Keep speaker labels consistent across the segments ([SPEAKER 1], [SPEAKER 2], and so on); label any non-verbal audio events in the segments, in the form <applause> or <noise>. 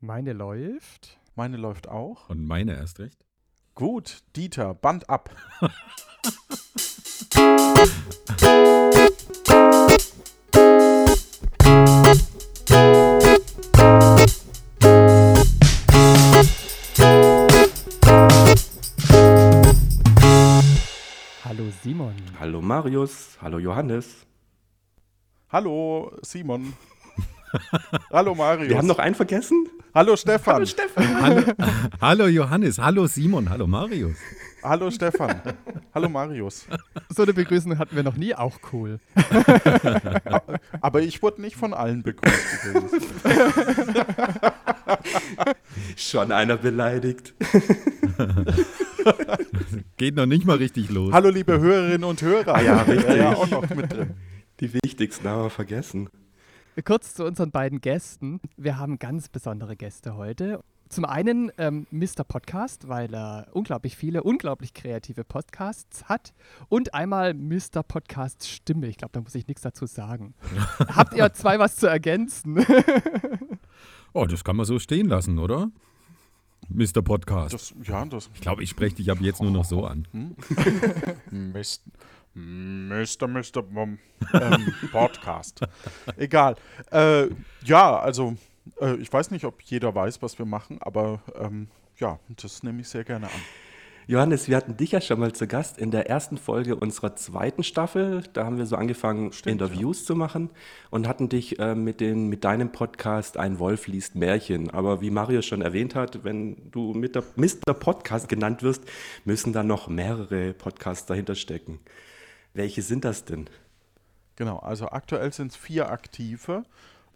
[SPEAKER 1] Meine läuft.
[SPEAKER 2] Meine läuft auch.
[SPEAKER 3] Und meine erst recht.
[SPEAKER 2] Gut, Dieter, Band ab.
[SPEAKER 1] Hallo Simon.
[SPEAKER 4] Hallo Marius, hallo Johannes.
[SPEAKER 2] Hallo, Simon. Hallo, Marius.
[SPEAKER 4] Wir haben noch einen vergessen?
[SPEAKER 2] Hallo, <laughs> Stefan. Hallo,
[SPEAKER 4] Stefan.
[SPEAKER 3] Hallo, hallo Johannes, hallo Simon, hallo Marius.
[SPEAKER 2] Stefan. Hallo, Marius.
[SPEAKER 1] <laughs> So eine Begrüßung hatten wir noch nie, auch cool.
[SPEAKER 2] Aber ich wurde nicht von allen begrüßt. übrigens.
[SPEAKER 4] Schon einer beleidigt.
[SPEAKER 3] Geht noch nicht mal richtig los.
[SPEAKER 2] Hallo, liebe Hörerinnen und Hörer.
[SPEAKER 4] Ah ja, <laughs> richtig.
[SPEAKER 2] ja, auch noch mit drin.
[SPEAKER 4] Die wichtigsten haben wir vergessen.
[SPEAKER 1] Kurz zu unseren beiden Gästen. Wir haben ganz besondere Gäste heute. Zum einen ähm, Mr. Podcast, weil er unglaublich viele, unglaublich kreative Podcasts hat. Und einmal Mr. Podcast Stimme. Ich glaube, da muss ich nichts dazu
[SPEAKER 2] <laughs>
[SPEAKER 1] sagen. Habt ihr zwei was zu ergänzen?
[SPEAKER 3] Oh, das kann man so stehen lassen, oder? Mr. Podcast.
[SPEAKER 2] Das, Hm? ja, das.
[SPEAKER 3] Ich glaube, ich spreche dich ab jetzt nur noch so an.
[SPEAKER 2] Mist. Mr. Mr. Bom- ähm, Podcast. Egal. Äh, ja, also, äh, ich weiß nicht, ob jeder weiß, was wir machen, aber ähm, ja, das nehme ich sehr gerne an.
[SPEAKER 4] Johannes, wir hatten dich ja schon mal zu Gast in der ersten Folge unserer zweiten Staffel. Da haben wir so angefangen, Interviews zu machen und hatten dich äh, mit, den, mit deinem Podcast Ein Wolf liest Märchen. Aber wie Mario schon erwähnt hat, wenn du mit der Mr. Podcast genannt wirst, müssen da noch mehrere Podcasts dahinter stecken. Welche sind das denn?
[SPEAKER 2] Genau, also aktuell sind es vier aktive.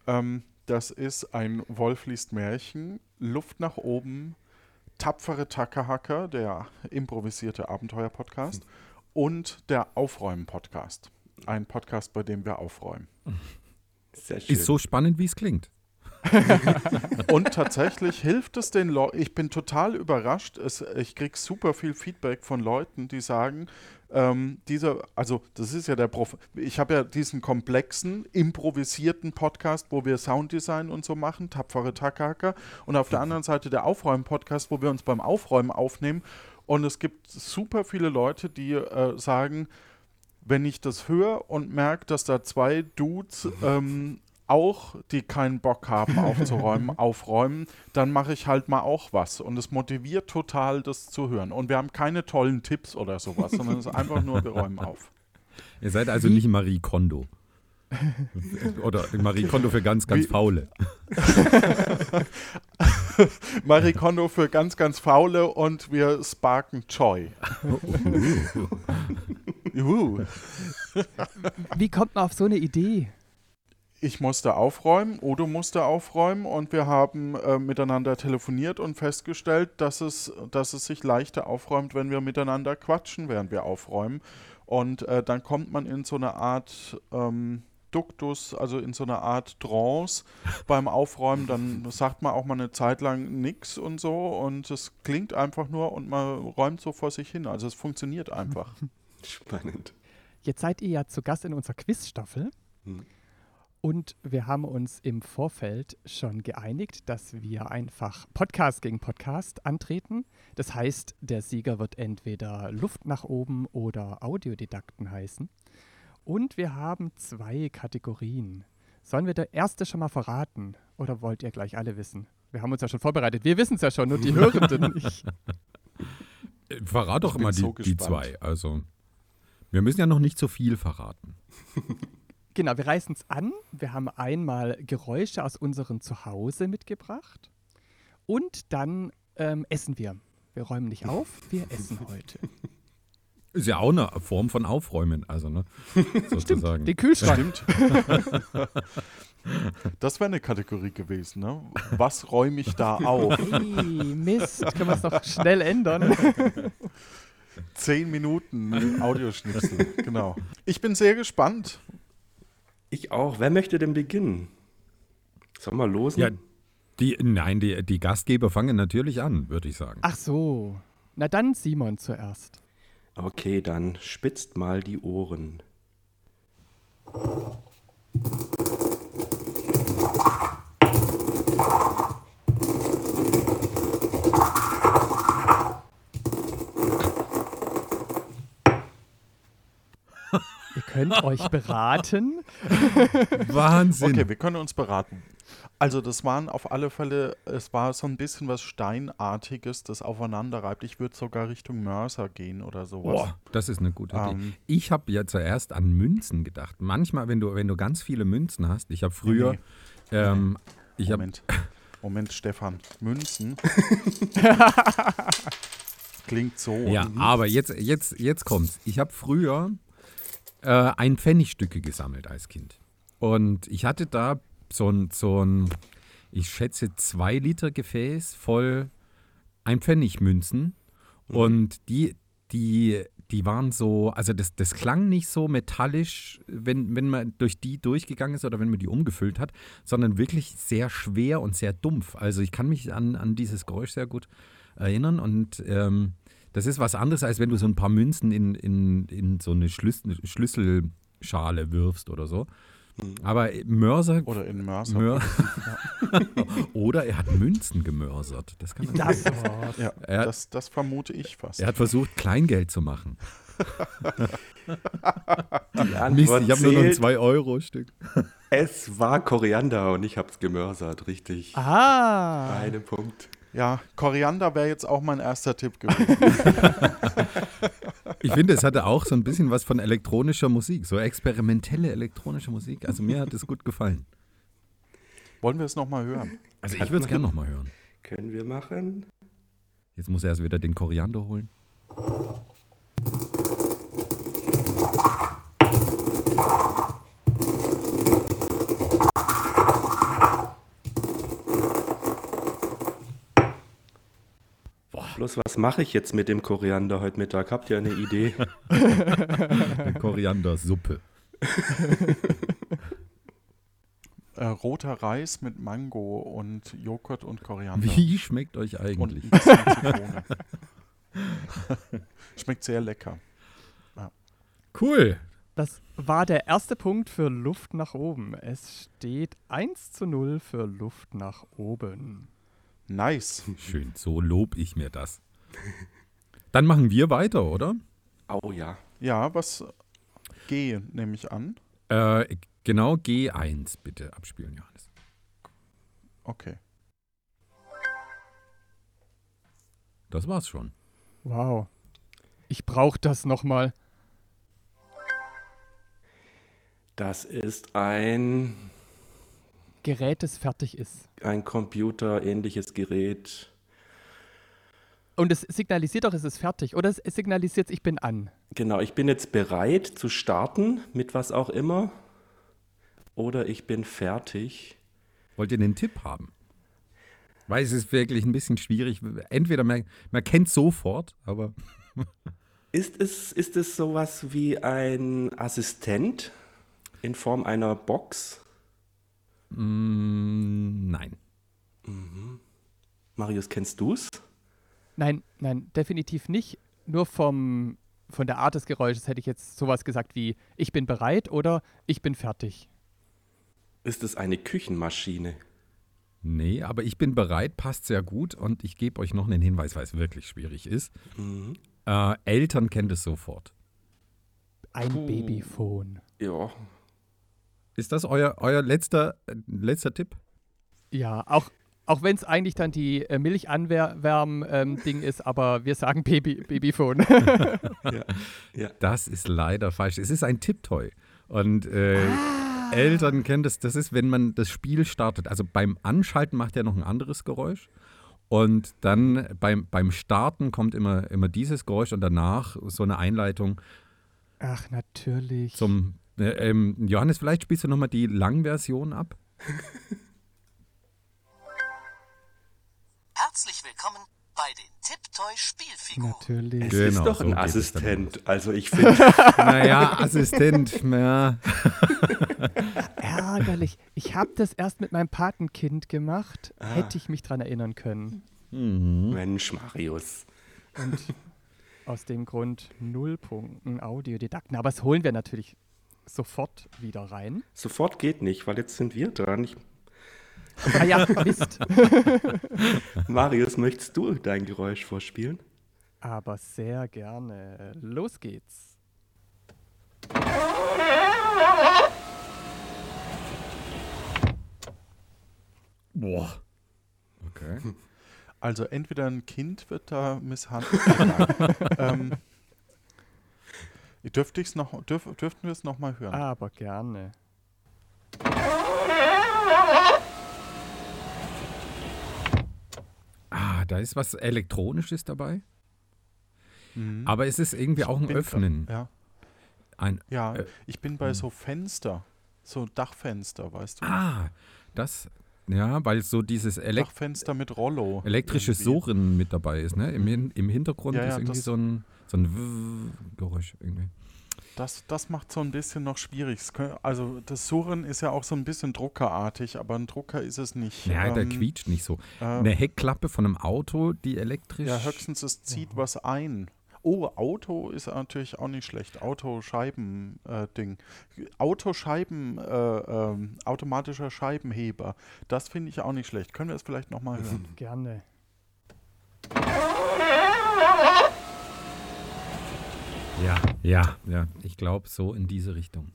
[SPEAKER 2] Ähm, das ist ein Wolf liest Märchen, Luft nach oben, tapfere Tackerhacker, der improvisierte Abenteuer-Podcast und der Aufräumen-Podcast. Ein Podcast, bei dem wir aufräumen.
[SPEAKER 4] Sehr schön.
[SPEAKER 3] Ist so spannend, wie es klingt.
[SPEAKER 2] Und tatsächlich hilft es den Leuten, ich bin total überrascht, es, ich kriege super viel Feedback von Leuten, die sagen, ähm, dieser, also das ist ja der Prof, ich habe ja diesen komplexen, improvisierten Podcast, wo wir Sounddesign und so machen, tapfere Tackhacker und auf der anderen Seite der Aufräumen-Podcast, wo wir uns beim Aufräumen aufnehmen und es gibt super viele Leute, die äh, sagen, wenn ich das höre und merke, dass da zwei Dudes ähm, auch, die keinen Bock haben aufzuräumen, aufräumen, dann mache ich halt mal auch was. Und es motiviert total, das zu hören. Und wir haben keine tollen Tipps oder sowas, sondern es ist einfach nur, wir räumen auf.
[SPEAKER 3] Ihr seid also nicht Marie Kondo.
[SPEAKER 2] <laughs>
[SPEAKER 3] Oder Marie Kondo für ganz, ganz
[SPEAKER 2] Wie- <laughs>
[SPEAKER 3] Faule.
[SPEAKER 2] Marie Kondo für ganz, ganz Faule und wir sparken Joy. oh. Juhu.
[SPEAKER 1] Wie kommt man auf so eine Idee?
[SPEAKER 2] ich musste aufräumen, Odo musste aufräumen und wir haben äh, miteinander telefoniert und festgestellt, dass es, dass es sich leichter aufräumt, wenn wir miteinander quatschen, während wir aufräumen. Und äh, dann kommt man in so eine Art ähm, Duktus, also in so eine Art Trance beim Aufräumen. Dann sagt man auch mal eine Zeit lang nichts und so und es klingt einfach nur und man räumt so vor sich hin. Also es funktioniert einfach.
[SPEAKER 4] Spannend.
[SPEAKER 1] Jetzt seid ihr ja zu Gast in unserer Quizstaffel.
[SPEAKER 4] Hm.
[SPEAKER 1] Und wir haben uns im Vorfeld schon geeinigt, dass wir einfach Podcast gegen Podcast antreten. Das heißt, der Sieger wird entweder Luft nach oben oder Audiodidakten heißen. Und wir haben zwei Kategorien. Sollen wir der erste schon mal verraten? Oder wollt ihr gleich alle wissen? Wir haben uns ja schon vorbereitet. Wir wissen es ja schon, nur die Hörenden nicht.
[SPEAKER 3] Äh, Verrat doch
[SPEAKER 2] bin
[SPEAKER 3] mal
[SPEAKER 2] so
[SPEAKER 3] die, die
[SPEAKER 2] gespannt.
[SPEAKER 3] zwei. Also, wir müssen ja noch nicht so viel verraten.
[SPEAKER 1] Genau, wir reißen es an. Wir haben einmal Geräusche aus unserem Zuhause mitgebracht. Und dann ähm, essen wir. Wir räumen nicht auf, wir essen heute.
[SPEAKER 3] Ist ja auch eine Form von Aufräumen, also,
[SPEAKER 2] <laughs>
[SPEAKER 3] ne? Sozusagen.
[SPEAKER 1] Den Kühlschrank.
[SPEAKER 2] Stimmt. <laughs> Das wäre eine Kategorie gewesen, ne? Was räume ich da auf?
[SPEAKER 1] Ey, Mist, können wir es noch schnell ändern?
[SPEAKER 2] Zehn Minuten Audioschnipsel, genau. Ich bin sehr gespannt.
[SPEAKER 4] Ich auch. Wer möchte denn beginnen? Sollen wir losen?
[SPEAKER 3] Ja, die, nein, die, die Gastgeber fangen natürlich an, würde ich sagen.
[SPEAKER 1] Ach so. Na dann Simon zuerst.
[SPEAKER 4] Okay, dann spitzt mal die Ohren.
[SPEAKER 1] könnt euch beraten.
[SPEAKER 3] Wahnsinn.
[SPEAKER 2] Okay, wir können uns beraten. Also das waren auf alle Fälle, es war so ein bisschen was Steinartiges, das aufeinander reibt. Ich würde sogar Richtung Mörser gehen oder sowas.
[SPEAKER 3] Boah, das ist eine gute Idee.
[SPEAKER 2] Ähm.
[SPEAKER 3] Ich habe ja zuerst an Münzen gedacht. Manchmal, wenn du, wenn du ganz viele Münzen hast, ich habe früher,
[SPEAKER 2] Nee.
[SPEAKER 3] ähm, ich habe
[SPEAKER 2] Moment, Moment, Stefan.
[SPEAKER 3] <laughs>
[SPEAKER 2] Münzen. Klingt so.
[SPEAKER 3] Ja, aber jetzt, jetzt, jetzt kommt's. Ich habe früher äh, ein Pfennigstücke gesammelt als Kind. Und ich hatte da so ein, so ein ich schätze, zwei Liter Gefäß voll ein Pfennigmünzen. Und die, die, die waren so, also das, das klang nicht so metallisch, wenn, wenn man durch die durchgegangen ist oder wenn man die umgefüllt hat, sondern wirklich sehr schwer und sehr dumpf. Also ich kann mich an, an dieses Geräusch sehr gut erinnern und ähm, das ist was anderes, als wenn du so ein paar Münzen in, in, in so eine Schlüssel, Schlüsselschale wirfst oder so. Aber Mörser
[SPEAKER 2] Oder in Mörser.
[SPEAKER 3] Mör <laughs> oder er hat Münzen gemörsert. Das kann man <laughs>
[SPEAKER 1] Das war's.
[SPEAKER 2] ja,
[SPEAKER 3] Er-
[SPEAKER 2] das, das vermute ich fast.
[SPEAKER 3] Er hat versucht, Kleingeld zu machen.
[SPEAKER 4] Die
[SPEAKER 3] Mist,
[SPEAKER 4] Antwort
[SPEAKER 3] ich habe nur noch ein
[SPEAKER 4] zählt.
[SPEAKER 3] 2-Euro-Stück.
[SPEAKER 4] Es war Koriander und ich hab's gemörsert, richtig.
[SPEAKER 1] Ah,
[SPEAKER 4] Einen Punkt.
[SPEAKER 2] Ja, Koriander wäre jetzt auch mein erster
[SPEAKER 3] <laughs>
[SPEAKER 2] Tipp gewesen.
[SPEAKER 3] Ich finde, es hatte auch so ein bisschen was von elektronischer Musik, so experimentelle elektronische Musik. Also mir hat es gut gefallen.
[SPEAKER 2] Wollen wir es nochmal hören?
[SPEAKER 3] Also ich würde es gerne nochmal hören.
[SPEAKER 4] Können wir machen?
[SPEAKER 3] Jetzt muss er erst wieder den Koriander holen.
[SPEAKER 4] Bloß, was mache ich jetzt mit dem Koriander heute Mittag? Habt ihr eine
[SPEAKER 3] <laughs>
[SPEAKER 4] Idee?
[SPEAKER 3] Eine Koriandersuppe.
[SPEAKER 2] Äh, roter Reis mit Mango und Joghurt und Koriander.
[SPEAKER 3] Wie schmeckt euch
[SPEAKER 2] Und ein
[SPEAKER 3] eigentlich?
[SPEAKER 2] bisschen
[SPEAKER 3] <laughs>
[SPEAKER 2] Zitrone. <laughs> Schmeckt sehr lecker.
[SPEAKER 3] Cool.
[SPEAKER 1] das war der erste Punkt für Luft nach oben. Es steht 1 zu 0 für Luft nach oben.
[SPEAKER 2] Nice.
[SPEAKER 3] Schön, so lob ich mir das. Dann machen wir weiter, oder?
[SPEAKER 4] oh ja.
[SPEAKER 2] Ja, was G nehme ich an.
[SPEAKER 3] Äh, genau, G1 bitte abspielen, Johannes.
[SPEAKER 2] Okay.
[SPEAKER 3] Das war's schon.
[SPEAKER 1] Wow. Ich brauche das nochmal.
[SPEAKER 4] Das ist ein,
[SPEAKER 1] Gerät, das fertig ist.
[SPEAKER 4] ein computerähnliches Gerät.
[SPEAKER 1] Und es signalisiert doch, es ist fertig. Oder es es signalisiert, ich bin an.
[SPEAKER 4] Genau, ich bin jetzt bereit zu starten mit was auch immer. Oder ich bin fertig.
[SPEAKER 3] Wollt ihr den Tipp haben? Weil es ist wirklich ein bisschen schwierig. Entweder man, man kennt sofort, aber
[SPEAKER 4] Ist es, ist es sowas wie ein Assistent in Form einer Box?
[SPEAKER 3] mm, nein.
[SPEAKER 4] Marius, kennst du's?
[SPEAKER 1] Nein, nein, definitiv nicht. Nur vom, von der Art des Geräusches hätte ich jetzt sowas gesagt wie, ich bin bereit oder ich bin fertig.
[SPEAKER 4] Ist es eine Küchenmaschine?
[SPEAKER 3] Nee, aber ich bin bereit, passt sehr gut und ich gebe euch noch einen Hinweis, weil es wirklich schwierig ist. Äh, Eltern kennt es sofort.
[SPEAKER 1] Ein Babyphone.
[SPEAKER 4] Ja.
[SPEAKER 3] Ist das euer, euer letzter, äh, letzter Tipp?
[SPEAKER 1] Ja, auch, auch wenn es eigentlich dann die äh, Milchanwärm-Ding ist, aber wir sagen Baby, Babyphone.
[SPEAKER 4] ja. ja.
[SPEAKER 3] Das ist leider falsch. Es ist ein Tipptoy. Und äh, Eltern kennen das, das ist, wenn man das Spiel startet. Also beim Anschalten macht er noch ein anderes Geräusch. Und dann beim, beim Starten kommt immer, immer dieses Geräusch und danach so eine Einleitung
[SPEAKER 1] <laughs> Ach, natürlich.
[SPEAKER 3] zum. Äh, ähm, Johannes, vielleicht spielst du nochmal die Langversion ab?
[SPEAKER 5] Herzlich willkommen bei den Tiptoy Spielfiguren.
[SPEAKER 1] natürlich.
[SPEAKER 4] Es
[SPEAKER 3] Genau,
[SPEAKER 4] ist doch
[SPEAKER 3] so
[SPEAKER 4] ein
[SPEAKER 3] geht es
[SPEAKER 4] Assistent. Also
[SPEAKER 3] <laughs>
[SPEAKER 4] ich finde,
[SPEAKER 3] Naja, Assistent. Na,
[SPEAKER 1] Ärgerlich. Ich habe das erst mit meinem Patenkind gemacht. Hätte ich mich dran erinnern können.
[SPEAKER 3] Mhm.
[SPEAKER 4] Mensch, Marius.
[SPEAKER 1] Aus dem Grund null Punkten Audiodidakten. Aber das holen wir natürlich sofort wieder rein.
[SPEAKER 4] Sofort geht nicht, weil jetzt sind wir dran. Ich,
[SPEAKER 1] Ah ja, Mist.
[SPEAKER 4] Marius, möchtest du dein Geräusch vorspielen?
[SPEAKER 1] Aber sehr gerne. Los geht's.
[SPEAKER 3] Boah. Okay.
[SPEAKER 2] Also entweder ein Kind wird da misshandelt.
[SPEAKER 3] <laughs>
[SPEAKER 2] Nein. ähm, dürfte ich's noch, dürf, dürften wir es nochmal hören?
[SPEAKER 1] Aber gerne.
[SPEAKER 3] Ah, da ist was Elektronisches dabei. Aber es ist irgendwie auch ein
[SPEAKER 2] Bin-
[SPEAKER 3] Öffnen.
[SPEAKER 2] Ja,
[SPEAKER 3] Ein,
[SPEAKER 2] ja
[SPEAKER 3] Äh,
[SPEAKER 2] ich bin bei so Fenster, so Dachfenster, weißt du?
[SPEAKER 3] ah, das, ja, weil so dieses Elekt
[SPEAKER 2] Dachfenster mit Rollo.
[SPEAKER 3] elektrisches
[SPEAKER 2] irgendwie. Mhm.
[SPEAKER 3] Surren mit dabei ist. Ne? Im, Hin- Im Hintergrund
[SPEAKER 2] Ja, ja,
[SPEAKER 3] ist irgendwie
[SPEAKER 2] das-
[SPEAKER 3] so ein, so ein W- Geräusch. Irgendwie.
[SPEAKER 2] Das, das macht so ein bisschen noch schwierig. Es kö- Also das Surren ist ja auch so ein bisschen druckerartig, aber ein Drucker ist es nicht.
[SPEAKER 3] Ja, der
[SPEAKER 2] Ähm,
[SPEAKER 3] quietscht nicht so.
[SPEAKER 2] äh,
[SPEAKER 3] Eine Heckklappe von einem Auto, die elektrisch.
[SPEAKER 2] Ja, höchstens es zieht was ein. Oh, Auto ist natürlich auch nicht schlecht. Autoscheiben-Ding. Äh, Ding. Autoscheiben, äh, ähm, automatischer Scheibenheber. Das finde ich auch nicht schlecht. Können wir es vielleicht nochmal
[SPEAKER 3] <laughs>
[SPEAKER 2] hören?
[SPEAKER 1] Gerne.
[SPEAKER 3] ja, ja, ja. Ich glaube, so in diese Richtung.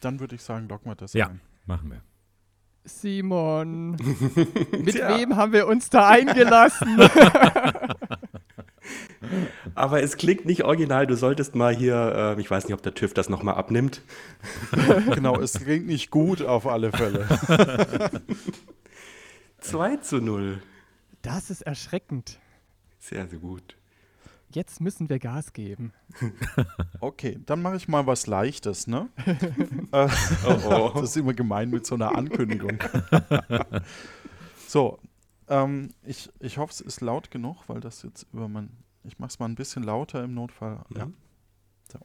[SPEAKER 2] Dann würde ich sagen, locken wir das
[SPEAKER 3] Ja,
[SPEAKER 2] ein.
[SPEAKER 3] machen wir.
[SPEAKER 1] Simon, mit wem haben wir uns da eingelassen?
[SPEAKER 4] Aber es klingt nicht original. Du solltest mal hier, äh, ich weiß nicht, ob der TÜV das nochmal abnimmt.
[SPEAKER 2] Genau, es klingt nicht gut auf
[SPEAKER 3] <laughs>
[SPEAKER 2] alle Fälle.
[SPEAKER 4] 2 zu 0.
[SPEAKER 1] Das ist erschreckend.
[SPEAKER 4] Sehr, sehr gut.
[SPEAKER 1] Jetzt müssen wir Gas geben.
[SPEAKER 2] Okay, dann mache ich mal was
[SPEAKER 4] <laughs>
[SPEAKER 2] Leichtes, ne?
[SPEAKER 4] Oh,
[SPEAKER 2] <laughs> Das ist immer gemein mit so einer
[SPEAKER 4] <laughs>
[SPEAKER 2] Ankündigung. so, ähm, ich, ich hoffe, es ist laut genug, weil das jetzt über mein. Ich mache es mal ein bisschen lauter im Notfall. Ja. So.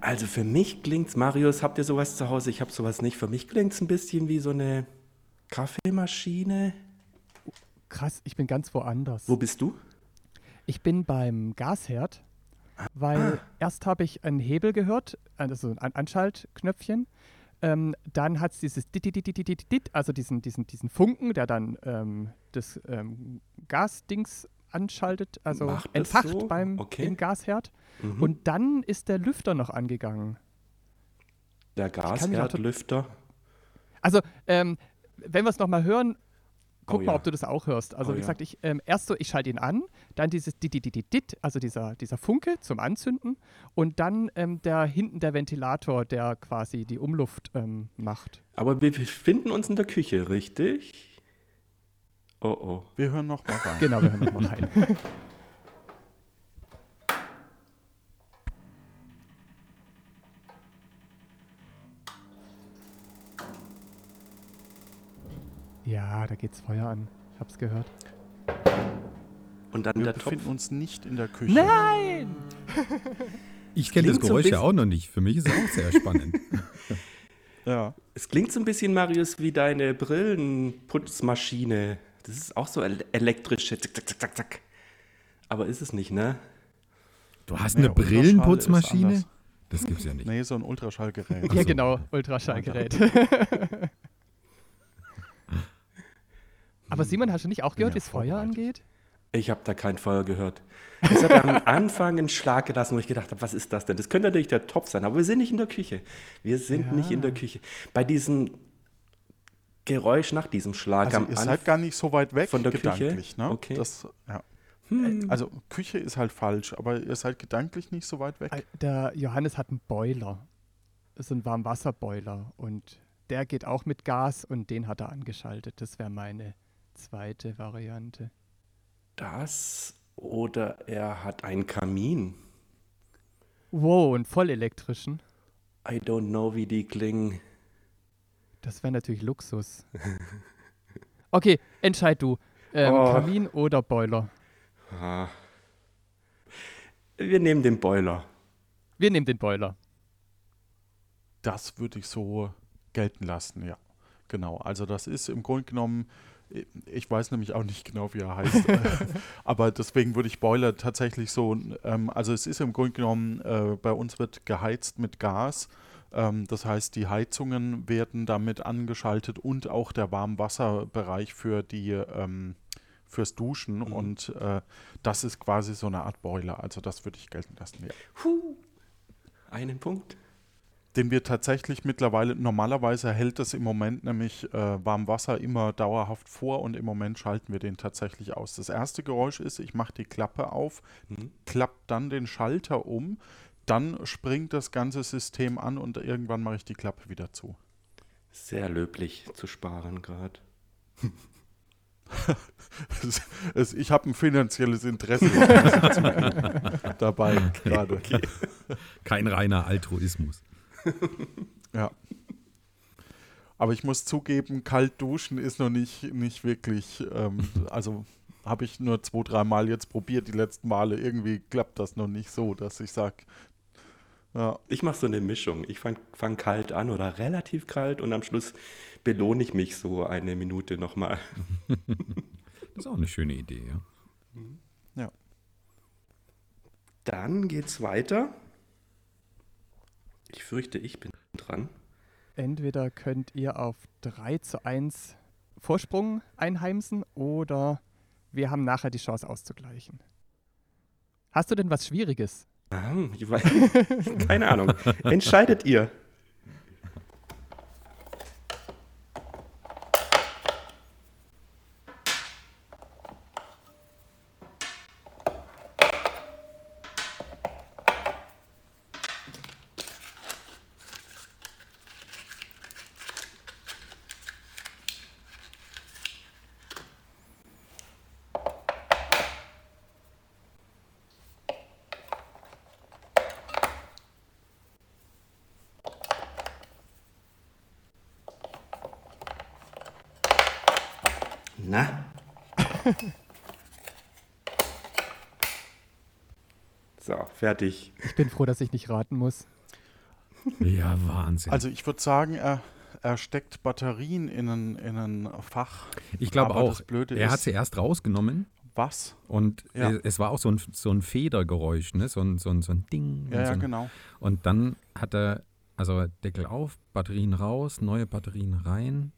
[SPEAKER 4] Also für mich klingt's, Marius, habt ihr sowas zu Hause? Ich habe sowas nicht. Für mich klingt's ein bisschen wie so eine Kaffeemaschine.
[SPEAKER 1] Krass, ich bin ganz woanders.
[SPEAKER 4] Wo bist du?
[SPEAKER 1] Ich bin beim Gasherd,
[SPEAKER 4] Ah.
[SPEAKER 1] weil erst habe ich einen Hebel gehört, also ein Anschaltknöpfchen. Ähm, dann hat es dieses dit, dit, dit, dit, dit, dit, dit, also diesen, diesen, diesen Funken, der dann ähm, das ähm, Gasdings anschaltet, also
[SPEAKER 4] Macht das
[SPEAKER 1] entfacht
[SPEAKER 4] so?
[SPEAKER 1] beim
[SPEAKER 4] Okay. Mhm.
[SPEAKER 1] im Gasherd. Und dann ist der Lüfter noch angegangen.
[SPEAKER 4] Der
[SPEAKER 1] kann mich auch tot-
[SPEAKER 4] Gasherdlüfter.
[SPEAKER 1] Also, ähm, wenn wir es nochmal hören, guck
[SPEAKER 4] Oh
[SPEAKER 1] mal,
[SPEAKER 4] ja.
[SPEAKER 1] ob du das auch hörst. Also,
[SPEAKER 4] Oh
[SPEAKER 1] wie
[SPEAKER 4] ja.
[SPEAKER 1] gesagt, ich ähm, erst so, ich schalte ihn an, dann dieses dit, dit, dit, dit, dit, also dieser, dieser Funke zum Anzünden und dann ähm, der hinten der Ventilator, der quasi die Umluft ähm, macht.
[SPEAKER 4] Aber wir befinden uns in der Küche, richtig? Oh oh.
[SPEAKER 2] Wir hören noch mal rein.
[SPEAKER 1] Genau, wir hören nochmal
[SPEAKER 4] <laughs>
[SPEAKER 1] rein. Ja, da geht's Feuer an. Ich hab's gehört.
[SPEAKER 4] Und dann
[SPEAKER 2] Wir
[SPEAKER 4] der Topf.
[SPEAKER 2] befinden uns nicht in der Küche.
[SPEAKER 1] Nein!
[SPEAKER 3] Ich kenne das
[SPEAKER 4] Klingt so ein
[SPEAKER 3] Geräusch ja
[SPEAKER 4] bisschen-
[SPEAKER 3] auch noch nicht. Für mich ist es auch
[SPEAKER 2] <laughs>
[SPEAKER 3] sehr spannend.
[SPEAKER 2] Ja.
[SPEAKER 4] Es klingt so ein bisschen, Marius, wie deine Brillenputzmaschine. Das ist auch so ele elektrische. Zack, zack, zack, zack, zack. Aber ist es nicht, ne?
[SPEAKER 3] Du hast
[SPEAKER 2] Nee,
[SPEAKER 3] eine
[SPEAKER 2] Ultraschall ist
[SPEAKER 3] Brillenputzmaschine?
[SPEAKER 2] anders.
[SPEAKER 3] Das gibt's ja nicht.
[SPEAKER 2] Nee, so ein Ultraschallgerät.
[SPEAKER 1] Ja,
[SPEAKER 3] so.
[SPEAKER 1] genau, Ultraschallgerät. <laughs> Aber Simon, hast du nicht auch gehört, wie es Feuer angeht?
[SPEAKER 4] Ich habe da kein Feuer gehört. Es hat
[SPEAKER 2] <laughs>
[SPEAKER 4] am Anfang einen Schlag gelassen, wo ich gedacht habe, was ist das denn? Das könnte natürlich der Topf sein, aber wir sind nicht in der Küche. Wir sind nicht in der Küche. Bei diesem Geräusch nach diesem Schlag
[SPEAKER 2] Also
[SPEAKER 4] am
[SPEAKER 2] ihr
[SPEAKER 4] Anfang.
[SPEAKER 2] seid gar nicht so weit weg
[SPEAKER 4] Von der Küche?
[SPEAKER 2] gedanklich, ne?
[SPEAKER 4] Okay. Hm.
[SPEAKER 2] Das, ja. Äh, Also Küche ist halt falsch, aber ihr seid gedanklich nicht so weit weg.
[SPEAKER 1] Äh, Der Johannes hat einen Boiler. Das ist ein Warmwasserboiler. Und der geht auch mit Gas und den hat er angeschaltet. Das wäre meine zweite Variante.
[SPEAKER 4] das oder er hat einen Kamin.
[SPEAKER 1] Wow, einen vollelektrischen.
[SPEAKER 4] I don't know, wie die klingen.
[SPEAKER 1] Das wäre natürlich <laughs> Luxus. Okay, entscheid du. Ähm,
[SPEAKER 4] Oh.
[SPEAKER 1] Kamin oder Boiler?
[SPEAKER 4] Wir nehmen den Boiler.
[SPEAKER 1] Wir nehmen den Boiler.
[SPEAKER 2] Das würde ich so gelten lassen, ja. Genau. Also das ist im Grunde genommen Ich weiß nämlich auch nicht genau, wie er heißt. <laughs> Aber deswegen würde ich Boiler tatsächlich so, ähm, also es ist im Grunde genommen, äh, bei uns wird geheizt mit Gas. Ähm, das heißt, die Heizungen werden damit angeschaltet und auch der Warmwasserbereich für die ähm, fürs Duschen. Und äh, das ist quasi so eine Art Boiler. Also das würde ich gelten lassen. Ja.
[SPEAKER 4] Puh. Einen Punkt.
[SPEAKER 2] Den wir tatsächlich mittlerweile, normalerweise hält das im Moment nämlich äh, Warmwasser immer dauerhaft vor und im Moment schalten wir den tatsächlich aus. Das erste Geräusch ist, ich mache die Klappe auf, klappt dann den Schalter um, dann springt das ganze System an und irgendwann mache ich die Klappe wieder zu. <laughs>
[SPEAKER 4] Sehr löblich zu sparen gerade.
[SPEAKER 2] Es- es- ich habe ein finanzielles Interesse <laughs> dazu- dabei gerade.
[SPEAKER 3] Kein reiner Altruismus.
[SPEAKER 2] Ja. Aber ich muss zugeben, kalt duschen ist noch nicht, nicht wirklich,
[SPEAKER 3] <laughs>
[SPEAKER 2] ähm, also habe ich nur zwei, drei Mal jetzt probiert, die letzten Male. Irgendwie klappt das noch nicht so, dass ich sage, ja,
[SPEAKER 4] Ich mache so eine Mischung. Ich fange fang kalt an oder relativ kalt und am Schluss belohne ich mich so eine Minute nochmal.
[SPEAKER 3] Das ist auch eine schöne Idee, ja.
[SPEAKER 2] ja.
[SPEAKER 4] Dann geht's weiter. Ich fürchte, ich bin dran.
[SPEAKER 1] Entweder könnt ihr auf 3 zu 1 Vorsprung einheimsen oder wir haben nachher die Chance auszugleichen. Hast du denn was Schwieriges?
[SPEAKER 4] Ah, ich weiß, <laughs> keine Ahnung. Entscheidet ihr. Na? So, fertig.
[SPEAKER 1] Ich bin froh, dass ich nicht raten muss.
[SPEAKER 3] Ja, Wahnsinn.
[SPEAKER 2] Also ich würde sagen, er, er steckt Batterien in ein, in ein Fach.
[SPEAKER 3] ich glaube
[SPEAKER 2] aber
[SPEAKER 3] auch,
[SPEAKER 2] das Blöde
[SPEAKER 3] er
[SPEAKER 2] ist-
[SPEAKER 3] hat sie erst rausgenommen
[SPEAKER 2] Was?
[SPEAKER 3] und
[SPEAKER 2] Ja.
[SPEAKER 3] äh, es war auch so ein, so ein Federgeräusch, ne? so, ein, so, ein, so ein Ding. und
[SPEAKER 2] Ja,
[SPEAKER 3] so
[SPEAKER 2] ja,
[SPEAKER 3] ein,
[SPEAKER 2] genau.
[SPEAKER 3] Und dann hat er, also Deckel auf, Batterien raus, neue Batterien rein.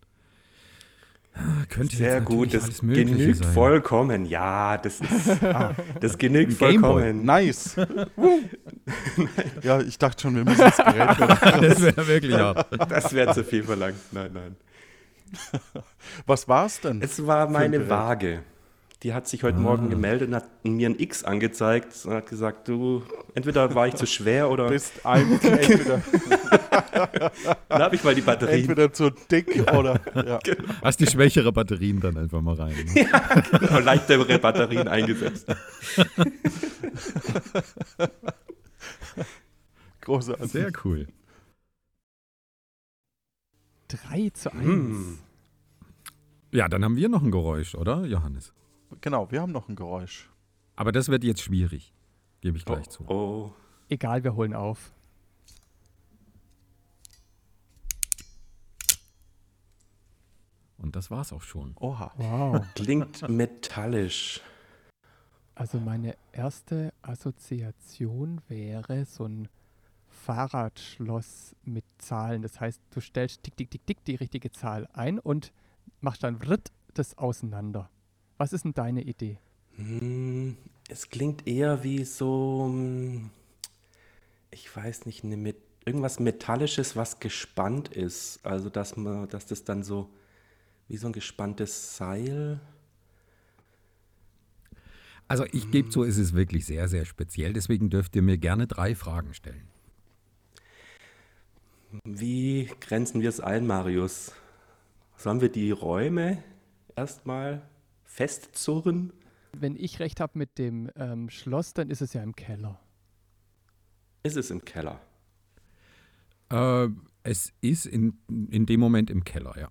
[SPEAKER 3] Ah, Könnte
[SPEAKER 4] Sehr
[SPEAKER 3] jetzt
[SPEAKER 4] gut,
[SPEAKER 3] natürlich
[SPEAKER 4] das
[SPEAKER 3] alles Mögliche
[SPEAKER 4] genügt
[SPEAKER 3] sein.
[SPEAKER 4] vollkommen. Ja, das
[SPEAKER 3] <laughs>
[SPEAKER 4] ist. ah, Das genügt
[SPEAKER 3] Ein Gameboy. <laughs>
[SPEAKER 4] vollkommen.
[SPEAKER 2] Nice. <laughs> Woo. ja, ich dachte schon, wir müssen das Gerät
[SPEAKER 3] <laughs>
[SPEAKER 2] wieder.
[SPEAKER 3] <laughs> Das wäre wirklich hart.
[SPEAKER 4] Das wäre zu viel verlangt. Nein, nein.
[SPEAKER 2] Was war es denn?
[SPEAKER 4] Es war meine
[SPEAKER 2] Gerät.
[SPEAKER 4] Waage. Die hat sich heute Morgen gemeldet und hat mir ein X angezeigt und hat gesagt, du, entweder war ich zu schwer oder
[SPEAKER 2] Bist ein,
[SPEAKER 3] <laughs>
[SPEAKER 2] entweder,
[SPEAKER 4] dann habe ich mal die Batterie.
[SPEAKER 2] entweder zu dick oder. <laughs> Ja.
[SPEAKER 3] Hast die schwächere Batterien dann einfach mal rein. Ne?
[SPEAKER 4] <laughs> Genau, leichtere Batterien eingesetzt.
[SPEAKER 2] Großartig.
[SPEAKER 3] Sehr cool.
[SPEAKER 1] 3 zu 1.
[SPEAKER 4] Hm.
[SPEAKER 3] Ja, dann haben wir noch ein Geräusch, oder, Johannes?
[SPEAKER 2] Genau, wir haben noch ein Geräusch.
[SPEAKER 3] Aber das wird jetzt schwierig. Gebe ich
[SPEAKER 4] Oh,
[SPEAKER 3] gleich zu.
[SPEAKER 4] oh.
[SPEAKER 1] Egal, wir holen auf.
[SPEAKER 3] Und das war's auch schon.
[SPEAKER 2] Oha.
[SPEAKER 1] Wow.
[SPEAKER 4] Klingt metallisch.
[SPEAKER 1] Also meine erste Assoziation wäre so ein Fahrradschloss mit Zahlen. Das heißt, du stellst tick, tick, tick, tick die richtige Zahl ein und machst dann ritt das auseinander. Was ist denn deine Idee?
[SPEAKER 4] Hm, Es klingt eher wie so, hm, ich weiß nicht, eine Met irgendwas Metallisches, was gespannt ist. Also, dass man, dass das dann so wie so ein gespanntes Seil.
[SPEAKER 3] Also ich gebe zu, es ist wirklich sehr, sehr speziell. Deswegen dürft ihr mir gerne drei Fragen stellen.
[SPEAKER 4] Wie grenzen wir es ein, Marius? Sollen wir die Räume erstmal festzurren?
[SPEAKER 1] Wenn ich recht habe mit dem ähm, Schloss, dann ist es ja im Keller.
[SPEAKER 4] Ist es im Keller?
[SPEAKER 3] Äh, es ist in, in dem Moment im Keller, ja.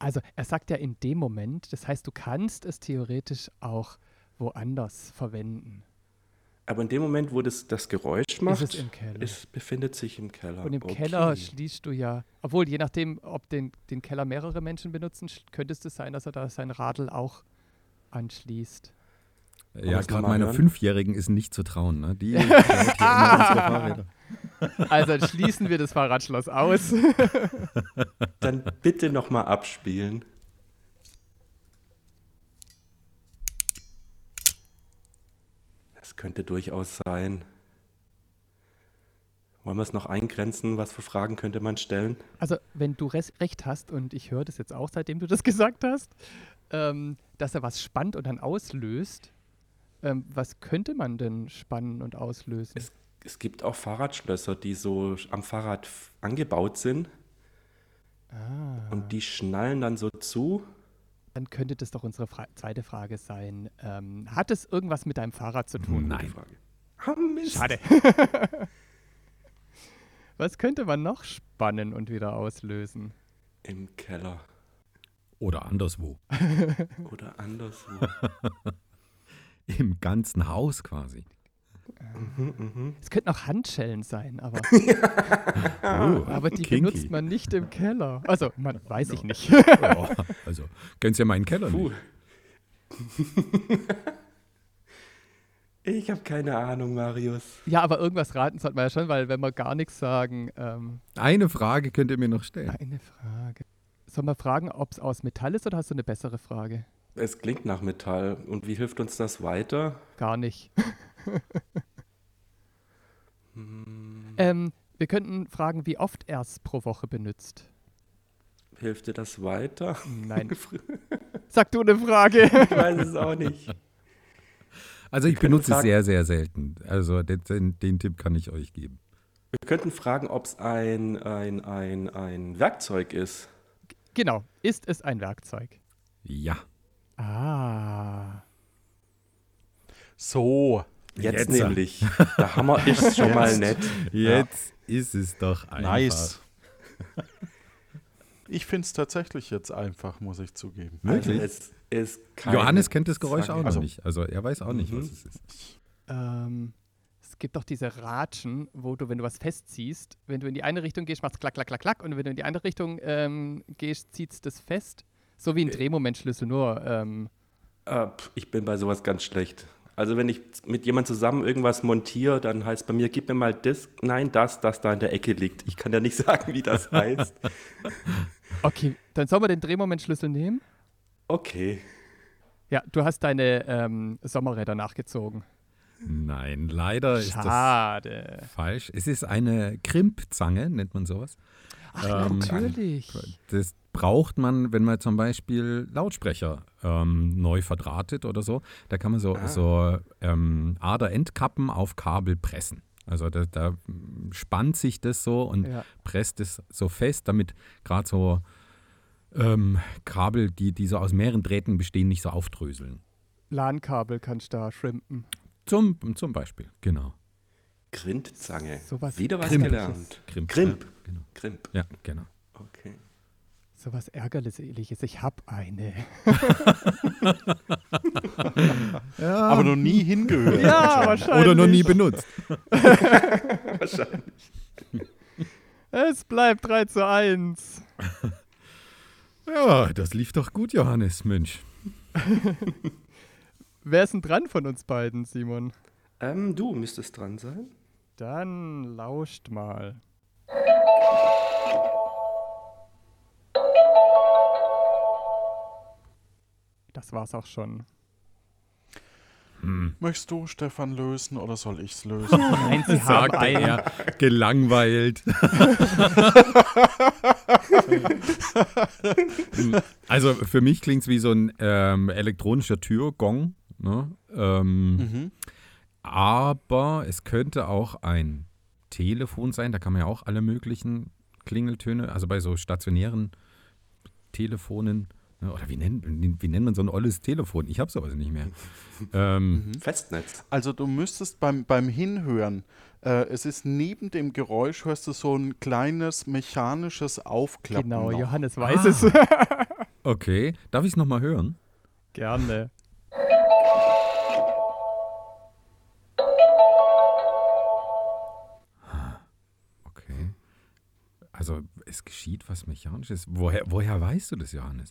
[SPEAKER 1] Also er sagt ja in dem Moment, das heißt, du kannst es theoretisch auch woanders verwenden.
[SPEAKER 4] Aber in dem Moment, wo das, das Geräusch macht,
[SPEAKER 1] es im Keller.
[SPEAKER 4] es befindet sich im Keller.
[SPEAKER 1] Und im
[SPEAKER 4] Ah, Okay.
[SPEAKER 1] Keller schließt du ja, obwohl je nachdem, ob den, den Keller mehrere Menschen benutzen, sch- könnte es das sein, dass er da sein Radl auch anschließt.
[SPEAKER 3] Ja,
[SPEAKER 4] das kann
[SPEAKER 3] gerade
[SPEAKER 4] man
[SPEAKER 3] meiner
[SPEAKER 4] hören.
[SPEAKER 3] Fünfjährigen ist nicht zu trauen. Ne? Die klaut hier immer unsere Fahrräder.
[SPEAKER 1] Also dann schließen wir das Fahrradschloss aus.
[SPEAKER 4] Dann bitte nochmal abspielen. Das könnte durchaus sein. Wollen wir es noch eingrenzen? Was für Fragen könnte man stellen?
[SPEAKER 1] Also, wenn du res recht hast, und ich höre das jetzt auch, seitdem du das <laughs> gesagt hast, ähm, dass er was spannt und dann auslöst, ähm, was könnte man denn spannen und auslösen?
[SPEAKER 4] Es, es gibt auch Fahrradschlösser, die so am Fahrrad f- angebaut sind
[SPEAKER 1] ah,
[SPEAKER 4] und die schnallen dann so zu.
[SPEAKER 1] dann könnte das doch unsere Fra zweite Frage sein. Ähm, hat es irgendwas mit deinem Fahrrad zu tun?
[SPEAKER 3] Nein.
[SPEAKER 4] Frage. Ah, Mist.
[SPEAKER 1] Schade. was könnte man noch spannen und wieder auslösen?
[SPEAKER 4] Im Keller
[SPEAKER 3] Oder anderswo.
[SPEAKER 4] oder anderswo. <laughs>
[SPEAKER 3] Im ganzen Haus quasi.
[SPEAKER 1] Es könnten auch Handschellen sein,
[SPEAKER 3] <laughs>
[SPEAKER 1] aber,
[SPEAKER 3] Oh,
[SPEAKER 1] aber die
[SPEAKER 3] kinky. <laughs> Genau.
[SPEAKER 1] benutzt man nicht im Keller. Also, man weiß ich nicht. <laughs>
[SPEAKER 3] Ja, also, kennst ja meinen Keller
[SPEAKER 4] Puh.
[SPEAKER 3] nicht.
[SPEAKER 4] ich habe keine Ahnung, Marius.
[SPEAKER 1] Ja, aber irgendwas raten sollte man ja schon, weil wenn wir gar nichts sagen, ähm,
[SPEAKER 3] Eine Frage könnt ihr mir noch stellen.
[SPEAKER 1] eine Frage. Sollen wir fragen, ob es aus Metall ist oder hast du eine bessere Frage?
[SPEAKER 4] Es klingt nach Metall. Und wie hilft uns das weiter?
[SPEAKER 1] Gar nicht. ähm, wir könnten fragen, wie oft er es pro Woche benutzt.
[SPEAKER 4] Hilft dir das weiter? <laughs>
[SPEAKER 1] Nein. Sag du eine Frage. <laughs>
[SPEAKER 4] Ich weiß es auch nicht.
[SPEAKER 3] Also, ich
[SPEAKER 4] können
[SPEAKER 3] benutze es
[SPEAKER 4] fragen-
[SPEAKER 3] sehr, sehr selten. Also, den, den, den Tipp kann ich euch geben.
[SPEAKER 4] Wir könnten fragen, ob es ein, ein, ein, ein Werkzeug ist.
[SPEAKER 1] genau. Ist es ein Werkzeug?
[SPEAKER 3] Ja.
[SPEAKER 1] Ah.
[SPEAKER 2] So.
[SPEAKER 3] Jetzt.
[SPEAKER 4] Jetzt, nämlich. Der Hammer
[SPEAKER 3] <laughs>
[SPEAKER 4] ist schon mal nett.
[SPEAKER 3] Jetzt ist es doch einfach.
[SPEAKER 2] Nice. <laughs> Ich finde es tatsächlich jetzt einfach, muss ich zugeben.
[SPEAKER 4] Also
[SPEAKER 3] Wirklich?
[SPEAKER 4] es ist keine
[SPEAKER 3] Johannes kennt das Geräusch auch noch
[SPEAKER 2] Also-
[SPEAKER 3] nicht. Also, er weiß auch nicht, was es ist.
[SPEAKER 1] Ähm, es gibt doch diese Ratschen, wo du, wenn du was festziehst, wenn du in die eine Richtung gehst, machst klack, klack, klack, klack. Und wenn du in die andere Richtung ähm, gehst, ziehst das fest. So wie ein Drehmomentschlüssel, nur ähm,
[SPEAKER 4] Äh, pf, ich bin bei sowas ganz schlecht. Also wenn ich mit jemand zusammen irgendwas montiere, dann heißt bei mir, gib mir mal das, nein, das, das da in der Ecke liegt. Ich kann ja nicht <laughs> sagen, wie das heißt.
[SPEAKER 1] Okay, dann sollen wir den Drehmomentschlüssel nehmen?
[SPEAKER 4] Okay.
[SPEAKER 1] Ja, du hast deine ähm, Sommerräder nachgezogen.
[SPEAKER 3] Nein, leider ist das
[SPEAKER 1] Schade.
[SPEAKER 3] falsch. Es ist eine Krimpzange, nennt man sowas.
[SPEAKER 1] Ach,
[SPEAKER 3] Ähm,
[SPEAKER 1] natürlich.
[SPEAKER 3] Das braucht man, wenn man zum Beispiel Lautsprecher ähm, neu verdrahtet oder so. Da kann man so, so ähm, Ader-Endkappen auf Kabel pressen. Also da, da spannt sich das so und
[SPEAKER 1] Ja.
[SPEAKER 3] presst es so fest, damit gerade so ähm, Kabel, die, die so aus mehreren Drähten bestehen, nicht so aufdröseln.
[SPEAKER 1] LAN-Kabel kannst du da shrimpen.
[SPEAKER 3] Zum, zum Beispiel, genau.
[SPEAKER 4] Grindzange.
[SPEAKER 1] Sowas
[SPEAKER 4] Wieder was
[SPEAKER 1] Krimp.
[SPEAKER 4] gelernt.
[SPEAKER 3] Krimp.
[SPEAKER 4] Krimp.
[SPEAKER 3] Ja, genau.
[SPEAKER 4] Krimp.
[SPEAKER 3] Ja, genau.
[SPEAKER 4] Okay.
[SPEAKER 1] So was Ärgerliches. Ich hab eine.
[SPEAKER 2] Aber noch nie
[SPEAKER 1] <laughs>
[SPEAKER 2] hingehört.
[SPEAKER 1] Ja, wahrscheinlich.
[SPEAKER 3] Oder noch nie benutzt.
[SPEAKER 4] Wahrscheinlich.
[SPEAKER 1] Es bleibt 3 zu 1.
[SPEAKER 3] Ja, das lief doch gut, Johannes, Mensch.
[SPEAKER 1] Wer ist denn dran von uns beiden, Simon?
[SPEAKER 4] Ähm, du müsstest dran sein.
[SPEAKER 1] Dann lauscht mal. Das war's auch schon.
[SPEAKER 2] Möchtest du, Stefan, lösen oder soll ich es lösen?
[SPEAKER 1] Nein, sie haben
[SPEAKER 3] Sagte
[SPEAKER 1] einen.
[SPEAKER 3] er, gelangweilt. also für mich klingt es wie so ein ähm, elektronischer Türgong. Ne? Ähm, Aber es könnte auch ein Telefon sein. Da kann man ja auch alle möglichen Klingeltöne, also bei so stationären Telefonen. ne, Oder wie nennt, wie nennt man so ein olles Telefon? Ich habe sowas nicht mehr. ähm,
[SPEAKER 4] Festnetz.
[SPEAKER 2] also du müsstest beim, beim Hinhören, äh, es ist neben dem Geräusch, hörst du so ein kleines mechanisches Aufklappen.
[SPEAKER 1] Genau,
[SPEAKER 2] noch.
[SPEAKER 1] Johannes weiß
[SPEAKER 3] Ah.
[SPEAKER 1] es.
[SPEAKER 3] Okay, darf ich es nochmal hören?
[SPEAKER 1] Gerne.
[SPEAKER 3] Also es geschieht was Mechanisches. Woher, woher weißt du das, Johannes?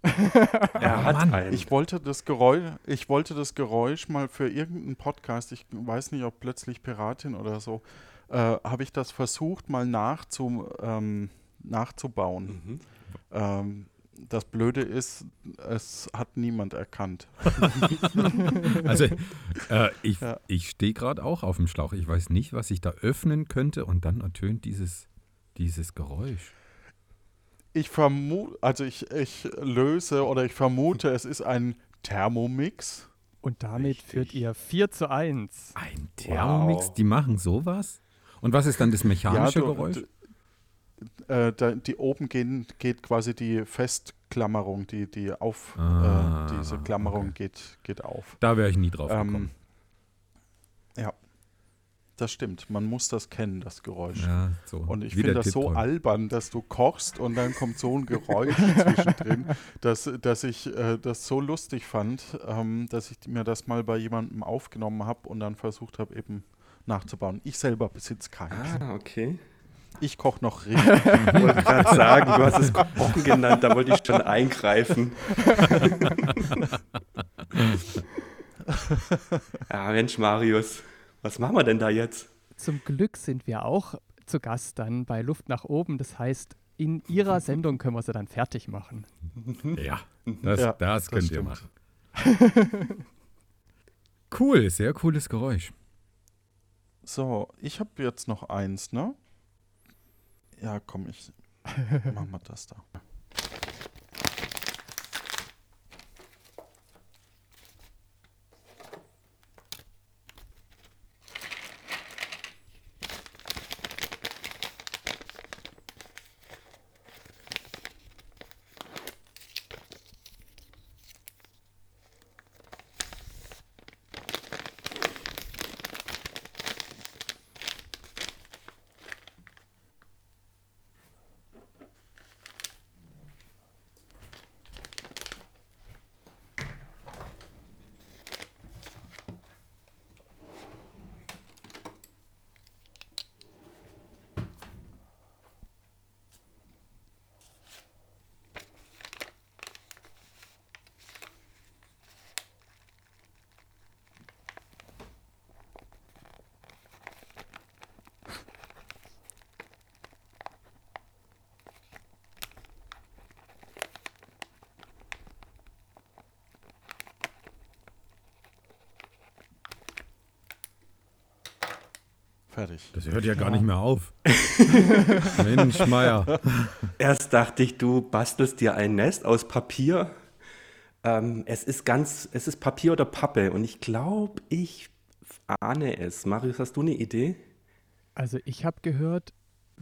[SPEAKER 4] Er hat
[SPEAKER 3] Mann.
[SPEAKER 4] einen.
[SPEAKER 2] Ich wollte, das Geräusch, ich wollte das Geräusch mal für irgendeinen Podcast, ich weiß nicht, ob plötzlich Piratin oder so, äh, habe ich das versucht, mal nachzu, ähm, nachzubauen. Ähm, das Blöde ist, es hat niemand erkannt.
[SPEAKER 3] Also äh, ich, ich stehe gerade auch auf dem Schlauch. Ich weiß nicht, was ich da öffnen könnte und dann ertönt dieses, dieses Geräusch.
[SPEAKER 2] Ich vermute, also ich, ich löse oder ich vermute, es ist ein Thermomix.
[SPEAKER 1] Und damit führt ihr 4 zu 1.
[SPEAKER 3] Ein Thermomix, die machen sowas? Und was ist dann das mechanische
[SPEAKER 2] du-
[SPEAKER 3] Geräusch?
[SPEAKER 2] d- äh, da, die oben gehen, geht quasi die Festklammerung, die, die auf,
[SPEAKER 3] Ah,
[SPEAKER 2] äh, diese Klammerung
[SPEAKER 3] okay.
[SPEAKER 2] geht, geht auf.
[SPEAKER 3] da wäre ich nie drauf
[SPEAKER 2] Ähm,
[SPEAKER 3] gekommen.
[SPEAKER 2] ja, das stimmt. Man muss das kennen, das Geräusch.
[SPEAKER 3] Ja, so.
[SPEAKER 2] Und ich
[SPEAKER 3] Wie
[SPEAKER 2] finde
[SPEAKER 3] der
[SPEAKER 2] das so
[SPEAKER 3] Tipptoy.
[SPEAKER 2] albern, dass du kochst und dann kommt so
[SPEAKER 3] <laughs>
[SPEAKER 2] ein Geräusch zwischendrin, dass, dass ich äh, das so lustig fand, ähm, dass ich mir das mal bei jemandem aufgenommen habe und dann versucht habe, eben nachzubauen. Ich selber besitze keins.
[SPEAKER 4] Ah, okay.
[SPEAKER 2] Ich koche noch richtig.
[SPEAKER 4] Ich wollte gerade sagen, du hast es Kochen genannt, da wollte ich schon eingreifen. ja, Mensch, Marius, was machen wir denn da jetzt?
[SPEAKER 1] Zum Glück sind wir auch zu Gast dann bei Luft nach oben. Das heißt, in <laughs> ihrer Sendung können wir sie dann fertig machen.
[SPEAKER 3] Ja, das,
[SPEAKER 2] Mhm. Ja,
[SPEAKER 3] das
[SPEAKER 2] das
[SPEAKER 3] könnt ihr
[SPEAKER 2] stimmt.
[SPEAKER 3] machen. cool, sehr cooles Geräusch.
[SPEAKER 2] so, ich habe jetzt noch eins, ne? Ja, komm, ich mach mal das da. Fertig.
[SPEAKER 3] Das hört ja gar nicht mehr auf. Mensch, Meier.
[SPEAKER 4] Erst dachte ich, du bastelst dir ein Nest aus Papier. Ähm, es ist ganz, es ist Papier oder Pappe und ich glaube, ich ahne es. Marius, hast du eine Idee?
[SPEAKER 1] Also ich habe gehört,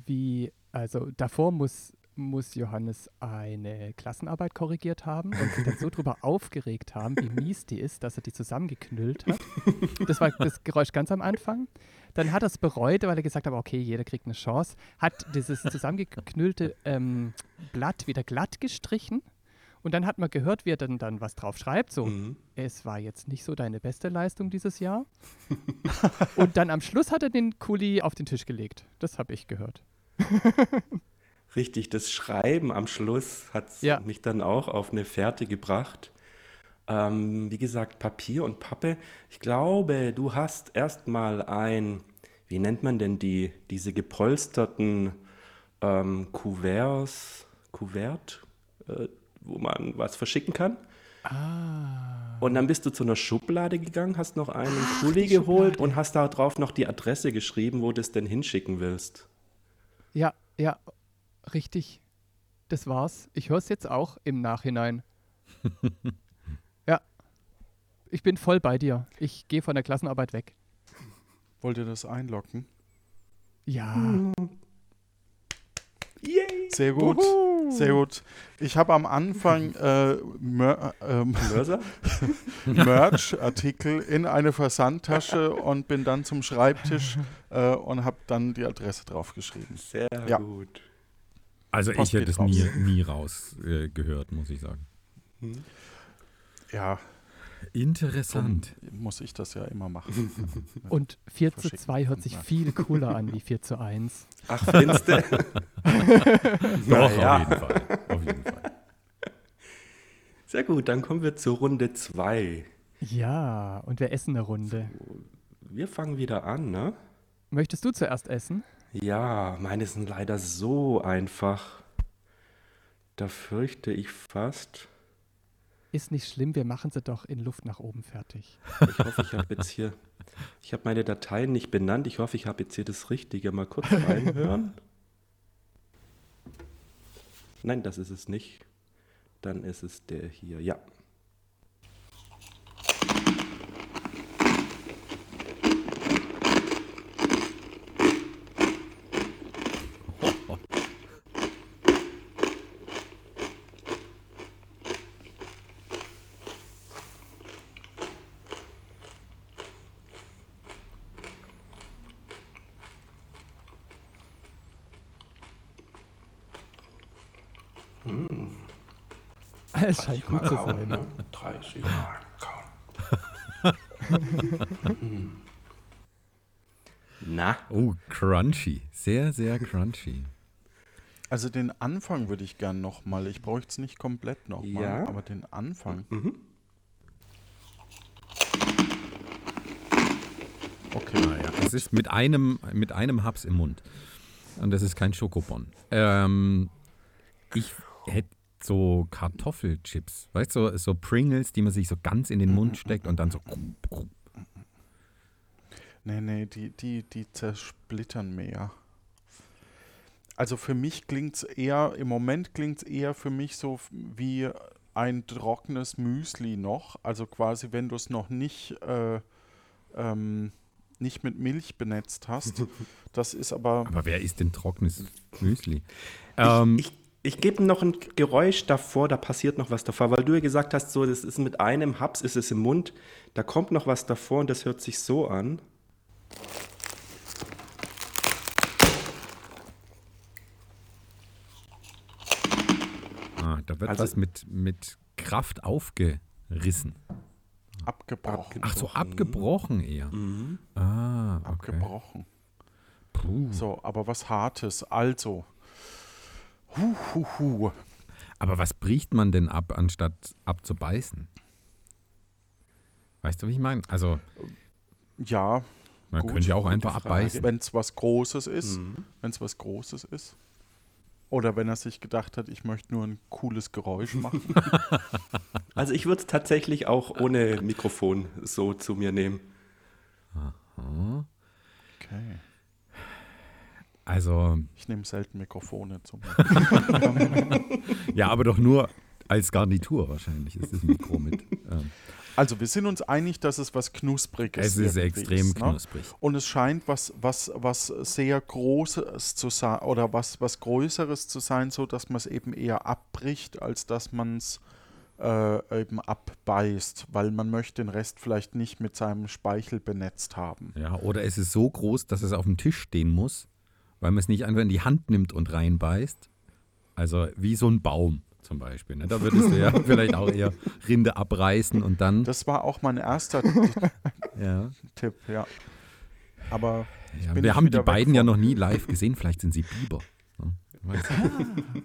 [SPEAKER 1] wie, also davor muss, muss Johannes eine Klassenarbeit korrigiert haben und sich dann so drüber aufgeregt haben, wie mies die ist, dass er die zusammengeknüllt hat. Das war das Geräusch ganz am Anfang. Dann hat er es bereut, weil er gesagt hat, okay, jeder kriegt eine Chance. Hat dieses zusammengeknüllte ähm, Blatt wieder glatt gestrichen. Und dann hat man gehört, wie er dann, dann was drauf schreibt. So, es war jetzt nicht so deine beste Leistung dieses Jahr. Und dann am Schluss hat er den Kuli auf den Tisch gelegt. Das habe ich gehört.
[SPEAKER 4] Richtig, das Schreiben am Schluss hat
[SPEAKER 1] Ja.
[SPEAKER 4] mich dann auch auf eine Fährte gebracht. Ähm, wie gesagt, Papier und Pappe. Ich glaube, du hast erstmal ein, wie nennt man denn die, diese gepolsterten ähm, Kuverts, Kuvert, äh, wo man was verschicken kann. Und dann bist du zu einer Schublade gegangen, hast noch einen Kuli geholt und hast da drauf noch die Adresse geschrieben, wo du es denn hinschicken willst.
[SPEAKER 1] Ja, ja, richtig. Das war's. Ich höre es jetzt auch im
[SPEAKER 3] <laughs>
[SPEAKER 1] Nachhinein. ja. Ich bin voll bei dir. Ich gehe von der Klassenarbeit weg.
[SPEAKER 2] Wollt ihr das einlocken?
[SPEAKER 1] Ja.
[SPEAKER 2] Sehr gut. Sehr gut. Ich habe am Anfang äh, Mer ähm,
[SPEAKER 4] Mörser?
[SPEAKER 2] Merch-Artikel in eine Versandtasche und bin dann zum Schreibtisch äh, und habe dann die Adresse draufgeschrieben.
[SPEAKER 4] Sehr
[SPEAKER 2] Ja.
[SPEAKER 4] gut.
[SPEAKER 3] Also ich
[SPEAKER 2] Post
[SPEAKER 3] hätte
[SPEAKER 2] geht
[SPEAKER 3] es nie, nie rausgehört, äh, gehört, muss ich sagen.
[SPEAKER 2] Ja, Darum
[SPEAKER 3] Interessant.
[SPEAKER 2] muss ich das ja immer machen.
[SPEAKER 1] Und 4 zu
[SPEAKER 2] Verschicken
[SPEAKER 1] 2 hört sich
[SPEAKER 2] mal.
[SPEAKER 1] viel cooler
[SPEAKER 3] <laughs>
[SPEAKER 1] an wie 4 zu 1.
[SPEAKER 4] Ach, finste.
[SPEAKER 3] Doch,
[SPEAKER 4] ja.
[SPEAKER 3] auf jeden Fall. Auf jeden Fall.
[SPEAKER 4] Sehr gut, dann kommen wir zur Runde 2.
[SPEAKER 1] Ja, und wir essen eine Runde.
[SPEAKER 4] Wir fangen wieder an, ne?
[SPEAKER 1] Möchtest du zuerst essen?
[SPEAKER 4] Ja, meine sind leider so einfach. Da fürchte ich fast.
[SPEAKER 1] Ist nicht schlimm, wir machen sie doch in Luft nach oben fertig.
[SPEAKER 4] Ich hoffe, ich habe jetzt hier. Ich habe meine Dateien nicht benannt. Ich hoffe, ich habe jetzt hier das Richtige. Mal kurz reinhören. Nein, das ist es nicht. Dann ist es der hier. Ja.
[SPEAKER 1] <laughs> Es scheint gut zu sein.
[SPEAKER 4] 30 Mal Hm. Na,
[SPEAKER 3] Oh, crunchy. Sehr, sehr crunchy.
[SPEAKER 2] Also den Anfang würde ich gern nochmal. Ich bräuchte es nicht komplett nochmal,
[SPEAKER 4] Ja.
[SPEAKER 2] aber den Anfang. Okay.
[SPEAKER 3] Naja, es ist mit einem, mit einem Haps im Mund. Und das ist kein Schokobon. Ähm, ich hätte so Kartoffelchips, weißt du, so, so Pringles, die man sich so ganz in den Mund steckt und dann so.
[SPEAKER 2] Nee, nee, die, die, die zersplittern mehr. Also für mich klingt es eher, im Moment klingt es eher für mich so f- wie ein trockenes Müsli noch. Also quasi, wenn du es noch nicht, äh, ähm, nicht mit Milch benetzt hast. Das ist aber,
[SPEAKER 3] Aber wer isst denn trockenes Müsli? Ähm,
[SPEAKER 4] ich, ich gebe noch ein Geräusch davor, da passiert noch was davor, weil du ja gesagt hast, so, das ist mit einem Haps, ist es im Mund, da kommt noch was davor und das hört sich so an.
[SPEAKER 3] ah, da wird
[SPEAKER 4] also-
[SPEAKER 3] was mit, mit Kraft aufgerissen.
[SPEAKER 2] abgebrochen.
[SPEAKER 3] Ach so, abgebrochen eher. Ah, okay.
[SPEAKER 2] Mhm. Abgebrochen.
[SPEAKER 3] Puh.
[SPEAKER 2] So, aber was Hartes. Also. Hu, hu, hu.
[SPEAKER 3] Aber was bricht man denn ab, anstatt abzubeißen? Weißt du, wie ich meine? Also,
[SPEAKER 2] Ja,
[SPEAKER 3] man
[SPEAKER 2] Gut,
[SPEAKER 3] könnte ja auch
[SPEAKER 2] gute
[SPEAKER 3] einfach abbeißen.
[SPEAKER 2] wenn es was Großes ist.
[SPEAKER 3] Mhm.
[SPEAKER 2] Wenn es was Großes ist. Oder wenn er sich gedacht hat, ich möchte nur ein
[SPEAKER 3] <laughs>
[SPEAKER 2] cooles Geräusch machen.
[SPEAKER 4] Also ich würde es tatsächlich auch ohne Mikrofon so zu mir nehmen.
[SPEAKER 2] Okay.
[SPEAKER 3] Also,
[SPEAKER 2] Ich nehme selten Mikrofone zum.
[SPEAKER 3] ja, aber doch nur als Garnitur wahrscheinlich ist das Mikro
[SPEAKER 2] <laughs>
[SPEAKER 3] mit. Ähm,
[SPEAKER 2] Also wir sind uns einig, dass es was Knuspriges
[SPEAKER 3] es ist
[SPEAKER 2] irgendwie
[SPEAKER 3] extrem
[SPEAKER 2] ist, ne?
[SPEAKER 3] knusprig.
[SPEAKER 2] Und es scheint was, was, was sehr Großes zu sein oder was, was Größeres zu sein, so dass man es eben eher abbricht, als dass man es äh, eben abbeißt, weil man möchte den Rest vielleicht nicht mit seinem Speichel benetzt haben.
[SPEAKER 3] Ja, oder es ist so groß, dass es auf dem Tisch stehen muss, weil man es nicht einfach in die Hand nimmt und reinbeißt. Also wie so ein Baum zum Beispiel. Ne? Da würdest
[SPEAKER 2] <laughs>
[SPEAKER 3] du ja vielleicht auch eher Rinde abreißen und dann.
[SPEAKER 2] Das war auch
[SPEAKER 3] <laughs>
[SPEAKER 2] mein erster
[SPEAKER 3] ja.
[SPEAKER 2] Tipp, ja. Aber
[SPEAKER 3] Ja,
[SPEAKER 2] bin
[SPEAKER 3] wir
[SPEAKER 2] ich
[SPEAKER 3] haben die
[SPEAKER 2] wieder weg
[SPEAKER 3] beiden ja
[SPEAKER 2] von.
[SPEAKER 3] noch nie live gesehen. Vielleicht sind sie Biber. ne? Weißt du?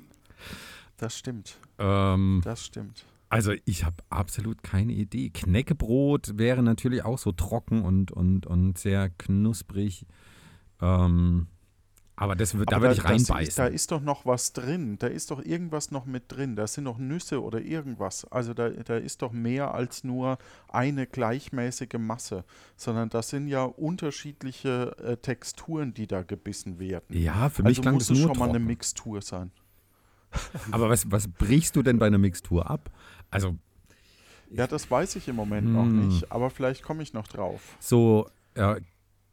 [SPEAKER 2] das stimmt,
[SPEAKER 3] ähm,
[SPEAKER 2] das stimmt.
[SPEAKER 3] also ich habe absolut keine Idee. Knäckebrot wäre natürlich auch so trocken und, und, und sehr knusprig. Ähm, aber das, wird- da
[SPEAKER 2] Aber
[SPEAKER 3] würde ich
[SPEAKER 2] Das ist, da
[SPEAKER 3] reinbeißen.
[SPEAKER 2] ist doch noch was drin. Da ist doch irgendwas noch mit drin. Da sind noch Nüsse oder irgendwas. Also da, da ist doch mehr als nur eine gleichmäßige Masse, sondern das sind ja unterschiedliche äh, Texturen, die da gebissen werden.
[SPEAKER 3] Ja, für mich
[SPEAKER 2] also
[SPEAKER 3] klang
[SPEAKER 2] muss
[SPEAKER 3] das
[SPEAKER 2] es
[SPEAKER 3] nur
[SPEAKER 2] schon mal eine
[SPEAKER 3] trocken.
[SPEAKER 2] Mixtur sein.
[SPEAKER 3] Aber was, was brichst du denn bei einer Mixtur ab? Also
[SPEAKER 2] Ja, das weiß ich im Moment noch
[SPEAKER 3] Hm.
[SPEAKER 2] nicht, aber vielleicht komme ich noch drauf.
[SPEAKER 3] so, äh,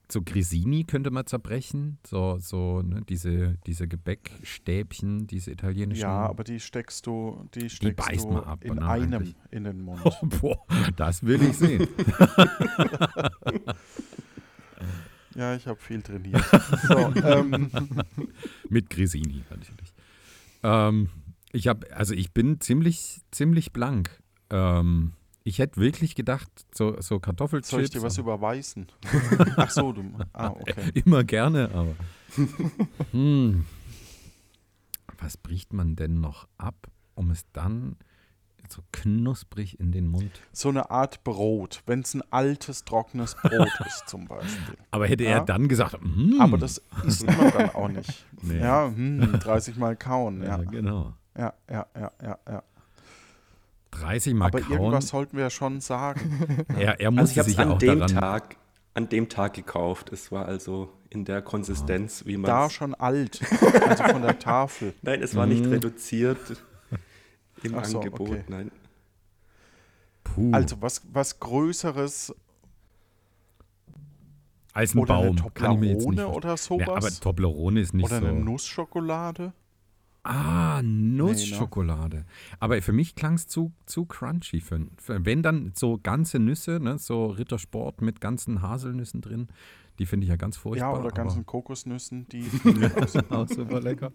[SPEAKER 3] so Grisini könnte man zerbrechen. So, so ne, diese, diese Gebäckstäbchen, diese italienischen.
[SPEAKER 2] Ja, aber die steckst du, die steckst
[SPEAKER 3] beißt
[SPEAKER 2] du
[SPEAKER 3] man ab,
[SPEAKER 2] in
[SPEAKER 3] ne,
[SPEAKER 2] einem
[SPEAKER 3] eigentlich.
[SPEAKER 2] in den Mund.
[SPEAKER 3] <laughs> <laughs> Oh, boah, das will ich sehen.
[SPEAKER 2] Ja, ich habe
[SPEAKER 3] <laughs>
[SPEAKER 2] viel trainiert. So, ähm,
[SPEAKER 3] Mit Grisini natürlich. Ähm, ich habe, also ich bin ziemlich, ziemlich blank. Ähm, Ich hätte wirklich gedacht, so, so Kartoffelchips.
[SPEAKER 2] Soll ich dir was
[SPEAKER 3] aber- <laughs>
[SPEAKER 2] überweisen? Ach so, du. Ah, okay.
[SPEAKER 3] Immer gerne, aber. <laughs> hm. Was bricht man denn noch ab, um es dann so knusprig in den Mund?
[SPEAKER 2] So eine Art Brot, wenn es ein altes, trockenes Brot ist, zum Beispiel.
[SPEAKER 3] Aber hätte
[SPEAKER 2] Ja.
[SPEAKER 3] er dann gesagt, hm.
[SPEAKER 2] Aber das isst man dann auch nicht.
[SPEAKER 3] Nee.
[SPEAKER 2] Ja, hm, 30 Mal kauen.
[SPEAKER 3] Ja,
[SPEAKER 2] Ja,
[SPEAKER 3] genau.
[SPEAKER 2] ja, ja, ja, ja. ja.
[SPEAKER 3] 30 Mal
[SPEAKER 2] Aber
[SPEAKER 3] kauen.
[SPEAKER 2] irgendwas sollten wir ja schon sagen.
[SPEAKER 3] Er, er
[SPEAKER 4] Also ich
[SPEAKER 3] musste
[SPEAKER 4] habe es
[SPEAKER 3] sich ja
[SPEAKER 4] an
[SPEAKER 3] auch
[SPEAKER 4] dem
[SPEAKER 3] daran.
[SPEAKER 4] Tag, an dem Tag gekauft. Es war also in der Konsistenz, wie man.
[SPEAKER 2] Ah. Da schon
[SPEAKER 3] <laughs>
[SPEAKER 2] alt. Also von der Tafel.
[SPEAKER 4] Nein, es war nicht
[SPEAKER 2] <laughs>
[SPEAKER 4] reduziert im
[SPEAKER 2] Ach so,
[SPEAKER 4] Angebot.
[SPEAKER 2] okay.
[SPEAKER 4] Nein.
[SPEAKER 3] Puh,
[SPEAKER 2] Also was, was Größeres
[SPEAKER 3] als ein
[SPEAKER 2] oder eine
[SPEAKER 3] Baum. Kann ich mir jetzt nicht
[SPEAKER 2] Toblerone
[SPEAKER 3] vorstellen.
[SPEAKER 2] oder
[SPEAKER 3] Ja, aber
[SPEAKER 2] sowas.
[SPEAKER 3] Toblerone ist nicht
[SPEAKER 2] oder
[SPEAKER 3] so.
[SPEAKER 2] eine Nussschokolade.
[SPEAKER 3] Ah,
[SPEAKER 2] ne?
[SPEAKER 3] Nussschokolade. Aber für mich klang es zu, zu crunchy. Für, für, wenn dann so ganze Nüsse, ne, so Rittersport mit ganzen Haselnüssen drin, die finde ich ja ganz furchtbar.
[SPEAKER 2] Ja, oder
[SPEAKER 3] aber
[SPEAKER 2] ganzen Kokosnüssen,
[SPEAKER 3] <laughs>
[SPEAKER 2] die
[SPEAKER 3] auch super lecker.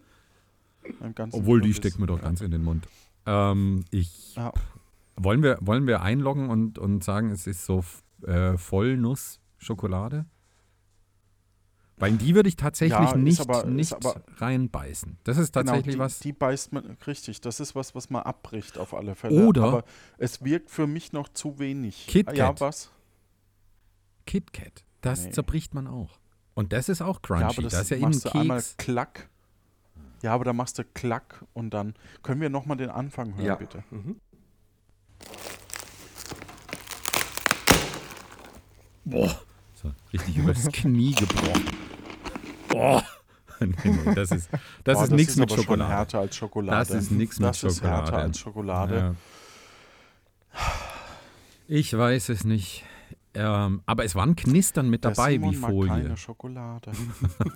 [SPEAKER 2] einen ganzen
[SPEAKER 3] Obwohl die
[SPEAKER 2] Kürbis.
[SPEAKER 3] steckt mir doch ganz in den Mund. Ähm, ich,
[SPEAKER 2] Ja.
[SPEAKER 3] wollen, wir, wollen wir einloggen und, und sagen, es ist so f- äh, Vollnuss-Schokolade? Weil in die würde ich tatsächlich
[SPEAKER 2] Ja, ist
[SPEAKER 3] nicht,
[SPEAKER 2] aber- ist
[SPEAKER 3] nicht
[SPEAKER 2] aber- Genau,
[SPEAKER 3] reinbeißen. Das ist tatsächlich
[SPEAKER 2] die,
[SPEAKER 3] was.
[SPEAKER 2] Die beißt man, richtig, das ist was, was man abbricht auf alle Fälle.
[SPEAKER 3] Oder-
[SPEAKER 2] Aber es wirkt für mich noch zu wenig.
[SPEAKER 3] Kit Kat.
[SPEAKER 2] Ja, was?
[SPEAKER 3] Kit Kat, das
[SPEAKER 2] Nee.
[SPEAKER 3] zerbricht man auch. Und das ist auch
[SPEAKER 2] Ja,
[SPEAKER 3] crunchy.
[SPEAKER 2] aber das
[SPEAKER 3] das, ist ja eben
[SPEAKER 2] machst du einmal
[SPEAKER 3] Keks.
[SPEAKER 2] Klack. Ja, aber da machst du Klack und dann können wir nochmal den Anfang hören,
[SPEAKER 4] Ja.
[SPEAKER 2] bitte.
[SPEAKER 4] Mhm.
[SPEAKER 3] Boah. So, richtig übers Knie gebrochen. Boah. Oh. <laughs> Nee, nee, das ist, das
[SPEAKER 2] Boah,
[SPEAKER 3] ist nichts
[SPEAKER 2] Oh, ist
[SPEAKER 3] mit
[SPEAKER 2] aber schon
[SPEAKER 3] Schokolade.
[SPEAKER 2] härter als Schokolade.
[SPEAKER 3] Das ist nichts mit
[SPEAKER 2] Das ist härter
[SPEAKER 3] Schokolade.
[SPEAKER 2] als Schokolade.
[SPEAKER 3] Ja. Ich weiß es nicht. Ähm, aber es war ein Knistern mit
[SPEAKER 2] Der
[SPEAKER 3] dabei,
[SPEAKER 2] Simon
[SPEAKER 3] wie
[SPEAKER 2] mag
[SPEAKER 3] Folie. <laughs>
[SPEAKER 2] keine Schokolade.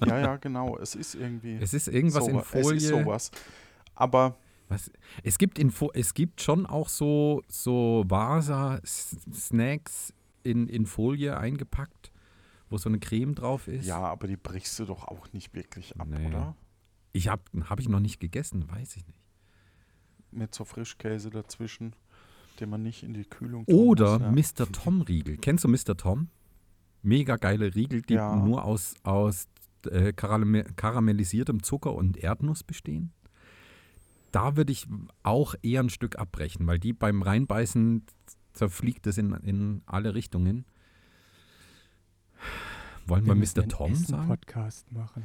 [SPEAKER 2] ja, ja, genau. Es ist irgendwie
[SPEAKER 3] Es ist irgendwas in
[SPEAKER 2] sowas.
[SPEAKER 3] Folie.
[SPEAKER 2] Es ist sowas. Aber
[SPEAKER 3] Was? Es gibt in, Fo- es gibt schon auch so so Vasa S- Snacks in, in Folie eingepackt, wo so eine Creme drauf ist.
[SPEAKER 2] ja, aber die brichst du doch auch nicht wirklich ab,
[SPEAKER 3] Nee.
[SPEAKER 2] oder?
[SPEAKER 3] Ich habe habe ich noch nicht gegessen, weiß ich nicht.
[SPEAKER 2] Mit so Frischkäse dazwischen, den man nicht in die Kühlung tun
[SPEAKER 3] Oder
[SPEAKER 2] muss,
[SPEAKER 3] Mr. Tom Riegel. Kennst du Mr. Tom? Mega geile Riegel, die
[SPEAKER 2] Ja.
[SPEAKER 3] nur aus aus äh, karame- karamellisiertem Zucker und Erdnuss bestehen. Da würde ich auch eher ein Stück abbrechen, weil die beim Reinbeißen zerfliegt es in, in alle Richtungen. Wollen wir,
[SPEAKER 1] müssen
[SPEAKER 3] Mr.
[SPEAKER 1] einen
[SPEAKER 3] Tom sagen?
[SPEAKER 1] Essen-Podcast machen.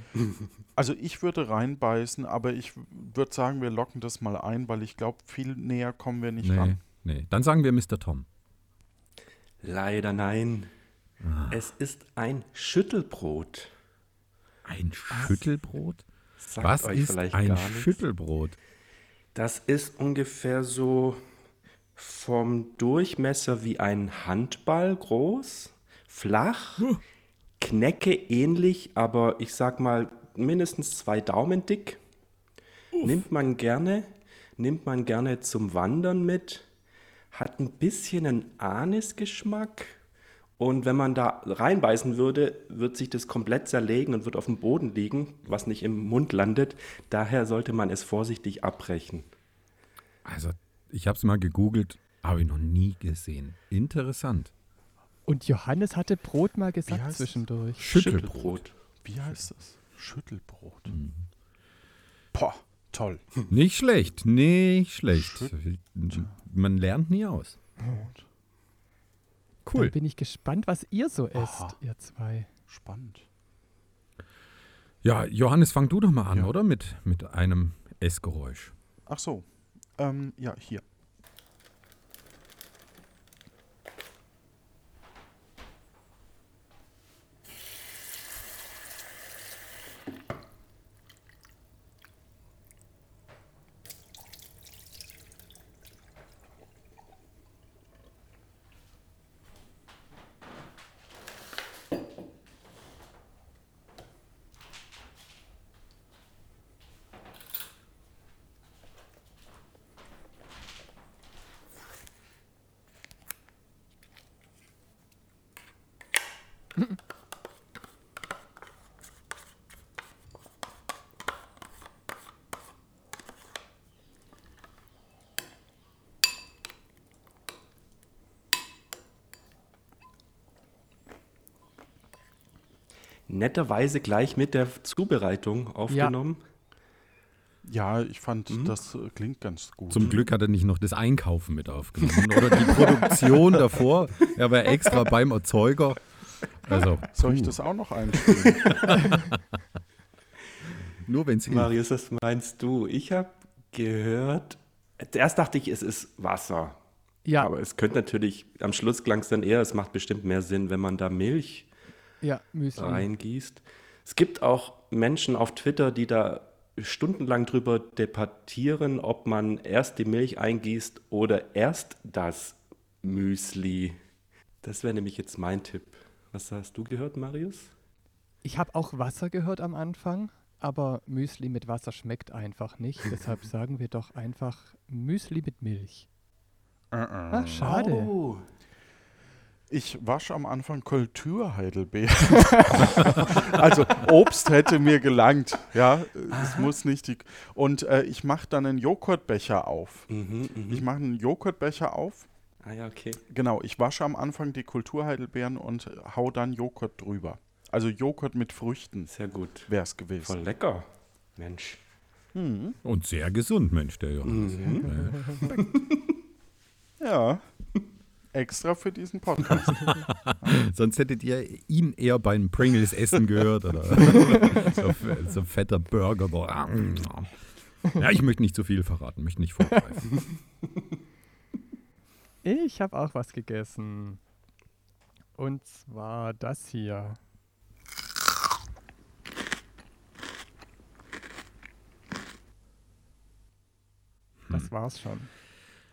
[SPEAKER 2] Also ich würde reinbeißen, aber ich würde sagen, wir locken das mal ein, weil ich glaube, viel näher kommen wir nicht
[SPEAKER 3] Nee,
[SPEAKER 2] ran.
[SPEAKER 3] nee. Dann sagen wir Mr. Tom.
[SPEAKER 4] Leider nein.
[SPEAKER 3] Ah.
[SPEAKER 4] Es ist ein Schüttelbrot.
[SPEAKER 3] Ein Schüttelbrot?
[SPEAKER 4] Sagt
[SPEAKER 3] Was
[SPEAKER 4] euch
[SPEAKER 3] ist
[SPEAKER 4] vielleicht
[SPEAKER 3] ein
[SPEAKER 4] gar nichts.
[SPEAKER 3] Schüttelbrot?
[SPEAKER 4] Das ist ungefähr so vom Durchmesser wie ein Handball groß, flach, Knecke ähnlich, aber ich sag mal mindestens zwei Daumen dick. Nimmt man gerne, nimmt man gerne zum Wandern mit, hat ein bisschen einen Anisgeschmack und wenn man da reinbeißen würde, wird sich das komplett zerlegen und wird auf dem Boden liegen, was nicht im Mund landet. Daher sollte man es vorsichtig abbrechen.
[SPEAKER 3] Also, ich habe es mal gegoogelt, habe ich noch nie gesehen. Interessant.
[SPEAKER 1] Und Johannes hatte Brot mal
[SPEAKER 2] Wie
[SPEAKER 1] gesagt
[SPEAKER 2] heißt's?
[SPEAKER 1] zwischendurch.
[SPEAKER 4] Brot.
[SPEAKER 2] Wie heißt das? Schüttelbrot.
[SPEAKER 3] Mhm.
[SPEAKER 2] Boah, toll.
[SPEAKER 3] Nicht schlecht, nicht schlecht. Man lernt nie aus.
[SPEAKER 1] Dann
[SPEAKER 3] Cool.
[SPEAKER 1] bin ich gespannt, was ihr so esst, ihr zwei.
[SPEAKER 2] Spannend.
[SPEAKER 3] Ja, Johannes, fang du doch mal an,
[SPEAKER 2] Ja.
[SPEAKER 3] oder? Mit, mit einem Essgeräusch.
[SPEAKER 2] Ach so. Ähm, ja, hier.
[SPEAKER 4] netterweise gleich mit der Zubereitung aufgenommen.
[SPEAKER 2] Ja, ich fand, das äh, klingt ganz gut.
[SPEAKER 3] Mhm. Zum Glück hat er nicht noch das Einkaufen mit aufgenommen oder die Produktion davor. Er war extra beim Erzeuger. Also,
[SPEAKER 2] Soll ich das auch noch einspielen?
[SPEAKER 3] <laughs> nur wenn es hilft.
[SPEAKER 4] Marius, was meinst du? Ich habe gehört, erst dachte ich, es ist Wasser.
[SPEAKER 1] Ja,
[SPEAKER 4] Aber es könnte natürlich, am Schluss klang es dann eher, es macht bestimmt mehr Sinn, wenn man da Milch
[SPEAKER 1] ja, Müsli.
[SPEAKER 4] reingießt. Es gibt auch Menschen auf Twitter, die da stundenlang drüber debattieren, ob man erst die Milch eingießt oder erst das Müsli. Das wäre nämlich jetzt mein Tipp. Was hast du gehört, Marius?
[SPEAKER 1] Ich habe auch Wasser gehört am Anfang, aber Müsli mit Wasser schmeckt einfach nicht. Deshalb sagen wir doch einfach Müsli mit Milch.
[SPEAKER 2] Äh,
[SPEAKER 1] Ach, schade.
[SPEAKER 4] Oh,
[SPEAKER 2] Ich wasche am Anfang Kultur Heidelbeer. <laughs> also Obst hätte mir gelangt. Ja, es muss nicht die. Und äh, ich mache dann einen Joghurtbecher auf. Ich mache einen Joghurtbecher auf.
[SPEAKER 4] ah ja, okay.
[SPEAKER 2] Genau, ich wasche am Anfang die Kulturheidelbeeren und hau dann Joghurt drüber. Also Joghurt mit Früchten
[SPEAKER 4] Sehr gut.
[SPEAKER 2] wäre es gewesen.
[SPEAKER 4] Voll lecker. Mensch.
[SPEAKER 3] Und sehr gesund, Mensch, der Johannes.
[SPEAKER 2] Ja. Extra für diesen Podcast.
[SPEAKER 3] Sonst hättet ihr ihn eher beim Pringles essen gehört. <laughs> Oder so, so fetter Burger. Boah. Ja, ich möchte nicht zu viel verraten, möchte nicht <laughs> vorgreifen.
[SPEAKER 1] Ich habe auch was gegessen. Und zwar das hier. Das war's schon.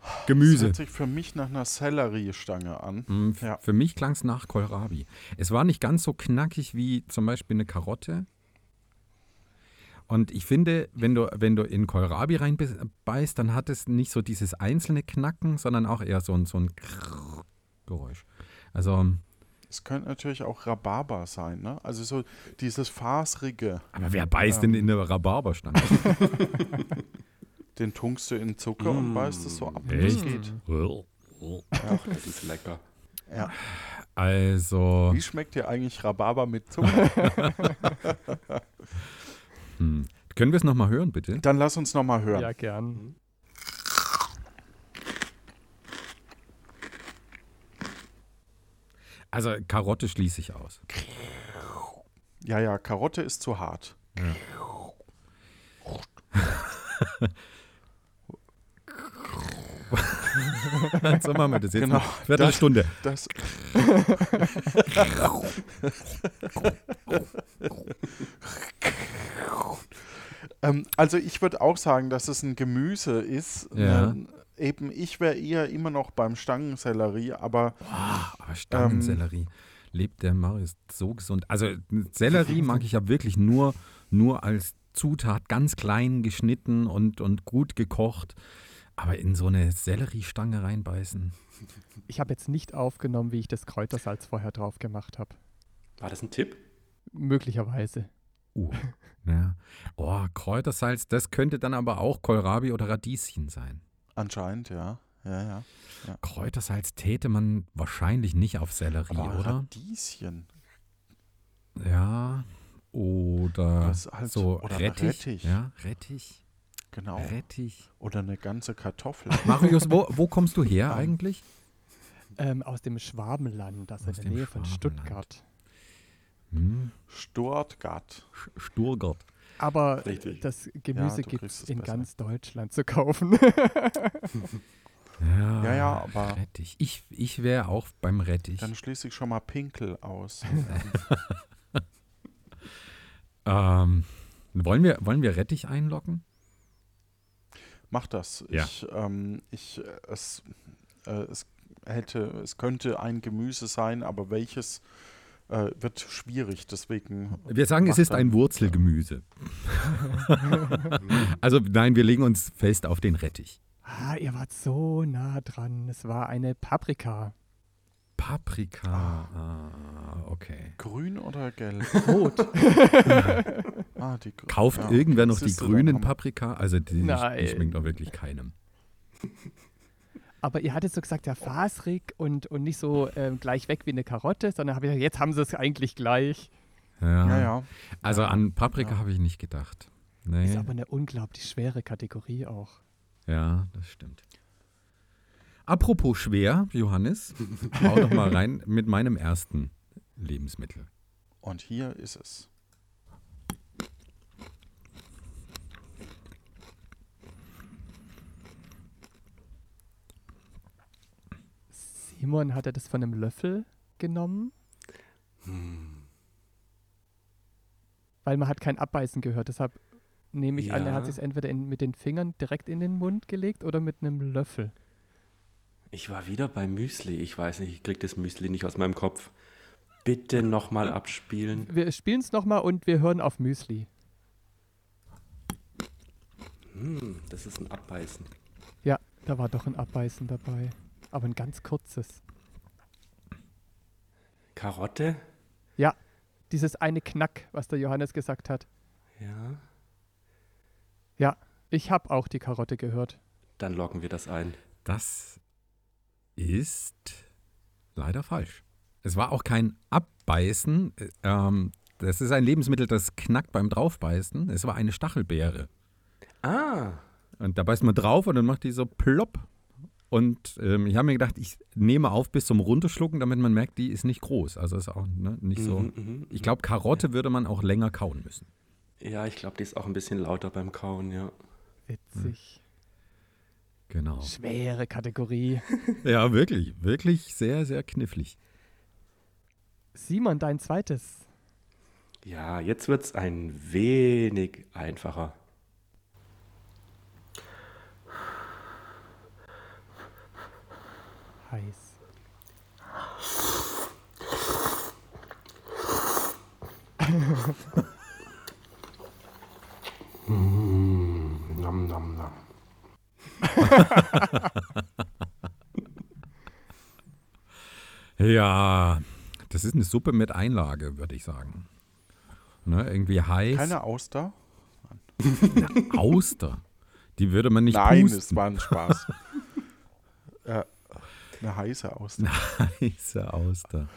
[SPEAKER 2] Das
[SPEAKER 3] Gemüse.
[SPEAKER 2] hört sich für mich nach einer Selleriestange an.
[SPEAKER 3] Mm, f-
[SPEAKER 2] Ja.
[SPEAKER 3] Für mich klang es nach Kohlrabi. Es war nicht ganz so knackig wie zum Beispiel eine Karotte. Und ich finde, wenn du, wenn du in Kohlrabi reinbeißt, dann hat es nicht so dieses einzelne Knacken, sondern auch eher so ein, so ein Krrrr Geräusch. Also,
[SPEAKER 2] Es könnte natürlich auch Rhabarber sein, ne? Also so dieses fasrige,
[SPEAKER 3] aber wer beißt denn in eine Rhabarberstange?
[SPEAKER 2] den tunkst du in Zucker und beißt es so ab.
[SPEAKER 3] Echt? Äh,
[SPEAKER 4] Ach, das ist lecker.
[SPEAKER 2] Ja.
[SPEAKER 3] Also,
[SPEAKER 2] Wie schmeckt dir eigentlich Rhabarber mit Zucker?
[SPEAKER 3] hm. können wir es nochmal hören, bitte?
[SPEAKER 2] Dann lass uns nochmal
[SPEAKER 1] Ja,
[SPEAKER 2] hören. Mhm.
[SPEAKER 1] gern.
[SPEAKER 3] Also, Karotte schließe ich aus.
[SPEAKER 2] Ja, ja, Karotte ist zu hart.
[SPEAKER 3] So machen wir das <laughs> jetzt.
[SPEAKER 2] Genau,
[SPEAKER 3] Genau. Viertelstunde.
[SPEAKER 2] Das, <laughs> ähm, also ich würde auch sagen, dass es ein Gemüse ist.
[SPEAKER 3] Ja.
[SPEAKER 2] Ne? Eben, ich wäre eher immer noch beim Stangensellerie, aber
[SPEAKER 3] Ah, Aber Stangensellerie. lebt der Marius so gesund. Also Sellerie mag ich ja wirklich nur, nur als Zutat ganz klein geschnitten und, und gut gekocht. Aber in so eine Selleriestange reinbeißen.
[SPEAKER 1] Ich habe jetzt nicht aufgenommen, wie ich das Kräutersalz vorher drauf gemacht habe.
[SPEAKER 4] War das ein Tipp?
[SPEAKER 1] Möglicherweise.
[SPEAKER 2] <laughs>
[SPEAKER 3] Uh. Ja. Oh, Kräutersalz, das könnte dann aber auch Kohlrabi oder Radieschen sein.
[SPEAKER 2] anscheinend, ja. Ja, ja.
[SPEAKER 3] Kräutersalz täte man wahrscheinlich nicht auf Sellerie,
[SPEAKER 2] Aber
[SPEAKER 3] oder?
[SPEAKER 2] Radieschen.
[SPEAKER 3] Ja. Oder
[SPEAKER 2] Das halt-
[SPEAKER 3] so
[SPEAKER 2] oder
[SPEAKER 3] Rettich.
[SPEAKER 2] Rettich.
[SPEAKER 3] Ja, Rettich.
[SPEAKER 2] Genau.
[SPEAKER 3] Rettich.
[SPEAKER 2] Oder eine
[SPEAKER 3] <laughs>
[SPEAKER 2] ganze Kartoffel.
[SPEAKER 3] Marius, wo, wo kommst du her eigentlich?
[SPEAKER 1] Ähm, aus dem Schwabenland, das
[SPEAKER 3] Aus
[SPEAKER 1] in der
[SPEAKER 3] dem
[SPEAKER 1] Nähe von
[SPEAKER 3] Schwabenland.
[SPEAKER 1] Stuttgart.
[SPEAKER 3] Hm?
[SPEAKER 2] Stuttgart.
[SPEAKER 3] Sturgart.
[SPEAKER 1] Aber
[SPEAKER 4] Richtig.
[SPEAKER 1] das Gemüse gibt's
[SPEAKER 2] Ja, du
[SPEAKER 1] gibt
[SPEAKER 2] kriegst
[SPEAKER 1] es
[SPEAKER 2] es
[SPEAKER 1] in
[SPEAKER 2] besser.
[SPEAKER 1] ganz Deutschland zu kaufen. <laughs>
[SPEAKER 3] Ja,
[SPEAKER 2] Ja, ja, aber
[SPEAKER 3] Rettich. Ich, ich wäre auch beim Rettich.
[SPEAKER 2] dann schließe ich schon mal Pinkel
[SPEAKER 3] <laughs>
[SPEAKER 2] aus.
[SPEAKER 3] Ähm, wollen, wir, wollen wir Rettich einlocken?
[SPEAKER 2] Mach das.
[SPEAKER 3] Ja.
[SPEAKER 2] Ich, ähm, ich, äh, es, äh, es hätte, es könnte ein Gemüse sein, aber welches äh, wird schwierig. Deswegen.
[SPEAKER 3] Wir sagen, es
[SPEAKER 2] mach
[SPEAKER 3] ist
[SPEAKER 2] dann-
[SPEAKER 3] ein
[SPEAKER 2] <laughs>
[SPEAKER 3] Wurzelgemüse. also nein, wir legen uns fest auf den Rettich.
[SPEAKER 1] ah, ihr wart so nah dran. Es war eine Paprika.
[SPEAKER 3] Paprika. Ah, okay.
[SPEAKER 2] Grün oder gelb?
[SPEAKER 1] Rot.
[SPEAKER 2] <laughs> Ah, die grü-
[SPEAKER 3] Kauft
[SPEAKER 2] ja,
[SPEAKER 3] irgendwer
[SPEAKER 2] okay.
[SPEAKER 3] noch die
[SPEAKER 2] Siehst du, dann
[SPEAKER 3] grünen
[SPEAKER 2] haben-
[SPEAKER 3] Paprika? Also die, die
[SPEAKER 1] Nein.
[SPEAKER 3] schmeckt doch wirklich keinem.
[SPEAKER 1] Aber ihr hattet so gesagt, ja, fasrig und, und nicht so ähm, gleich weg wie eine Karotte, sondern habe ich gedacht, jetzt haben sie es eigentlich gleich.
[SPEAKER 3] Ja.
[SPEAKER 2] Ja, ja.
[SPEAKER 3] Also an Paprika habe ich nicht gedacht.
[SPEAKER 1] Ist
[SPEAKER 3] Nee.
[SPEAKER 1] aber eine unglaublich schwere Kategorie auch.
[SPEAKER 3] Ja, das stimmt. Apropos schwer, Johannes, hau doch mal rein mit meinem ersten Lebensmittel.
[SPEAKER 2] Und hier ist es.
[SPEAKER 1] Simon hat er das von einem Löffel genommen.
[SPEAKER 3] Hm.
[SPEAKER 1] Weil man hat kein Abbeißen gehört. Deshalb nehme ich an, er hat
[SPEAKER 4] Ja.
[SPEAKER 1] sich entweder in, mit den Fingern direkt in den Mund gelegt oder mit einem Löffel.
[SPEAKER 4] Ich war wieder bei Müsli. Ich weiß nicht, ich krieg das Müsli nicht aus meinem Kopf. Bitte nochmal abspielen.
[SPEAKER 1] Wir spielen es nochmal und wir hören auf Müsli.
[SPEAKER 4] Hm, das ist ein Abbeißen.
[SPEAKER 1] Ja, da war doch ein Abbeißen dabei. Aber ein ganz kurzes.
[SPEAKER 4] Karotte?
[SPEAKER 1] Ja, dieses eine Knack, was der Johannes gesagt hat.
[SPEAKER 4] Ja.
[SPEAKER 1] Ja, ich habe auch die Karotte gehört.
[SPEAKER 4] Dann locken wir das ein.
[SPEAKER 3] Das ist leider falsch. Es war auch kein Abbeißen. äh, Ähm, das ist ein Lebensmittel, das knackt beim Draufbeißen. Es war eine Stachelbeere.
[SPEAKER 4] Ah,
[SPEAKER 3] Und da beißt man drauf und dann macht die so plopp. Und ähm, ich habe mir gedacht, ich nehme auf bis zum Runterschlucken, damit man merkt, die ist nicht groß. Also ist auch ne, nicht so.
[SPEAKER 2] Mhm,
[SPEAKER 3] ich glaube, Karotte würde man auch länger kauen müssen.
[SPEAKER 4] ja, ich glaube, die ist auch ein bisschen lauter beim Kauen, ja.
[SPEAKER 1] Witzig.
[SPEAKER 3] Genau.
[SPEAKER 1] Schwere Kategorie.
[SPEAKER 3] Ja, wirklich, wirklich sehr, sehr knifflig.
[SPEAKER 1] Simon, dein zweites.
[SPEAKER 4] Ja, jetzt wird es ein wenig einfacher.
[SPEAKER 1] Heiß.
[SPEAKER 4] Nom, nom, nom.
[SPEAKER 3] Ja, das ist eine Suppe mit Einlage, würde ich sagen. Ne, irgendwie heiß.
[SPEAKER 2] Keine Auster?
[SPEAKER 3] Auster. Die würde man nicht
[SPEAKER 2] Nein, es
[SPEAKER 3] pusten.
[SPEAKER 2] war ein Spaß. äh, eine heiße Auster.
[SPEAKER 3] <laughs> Heiße Auster.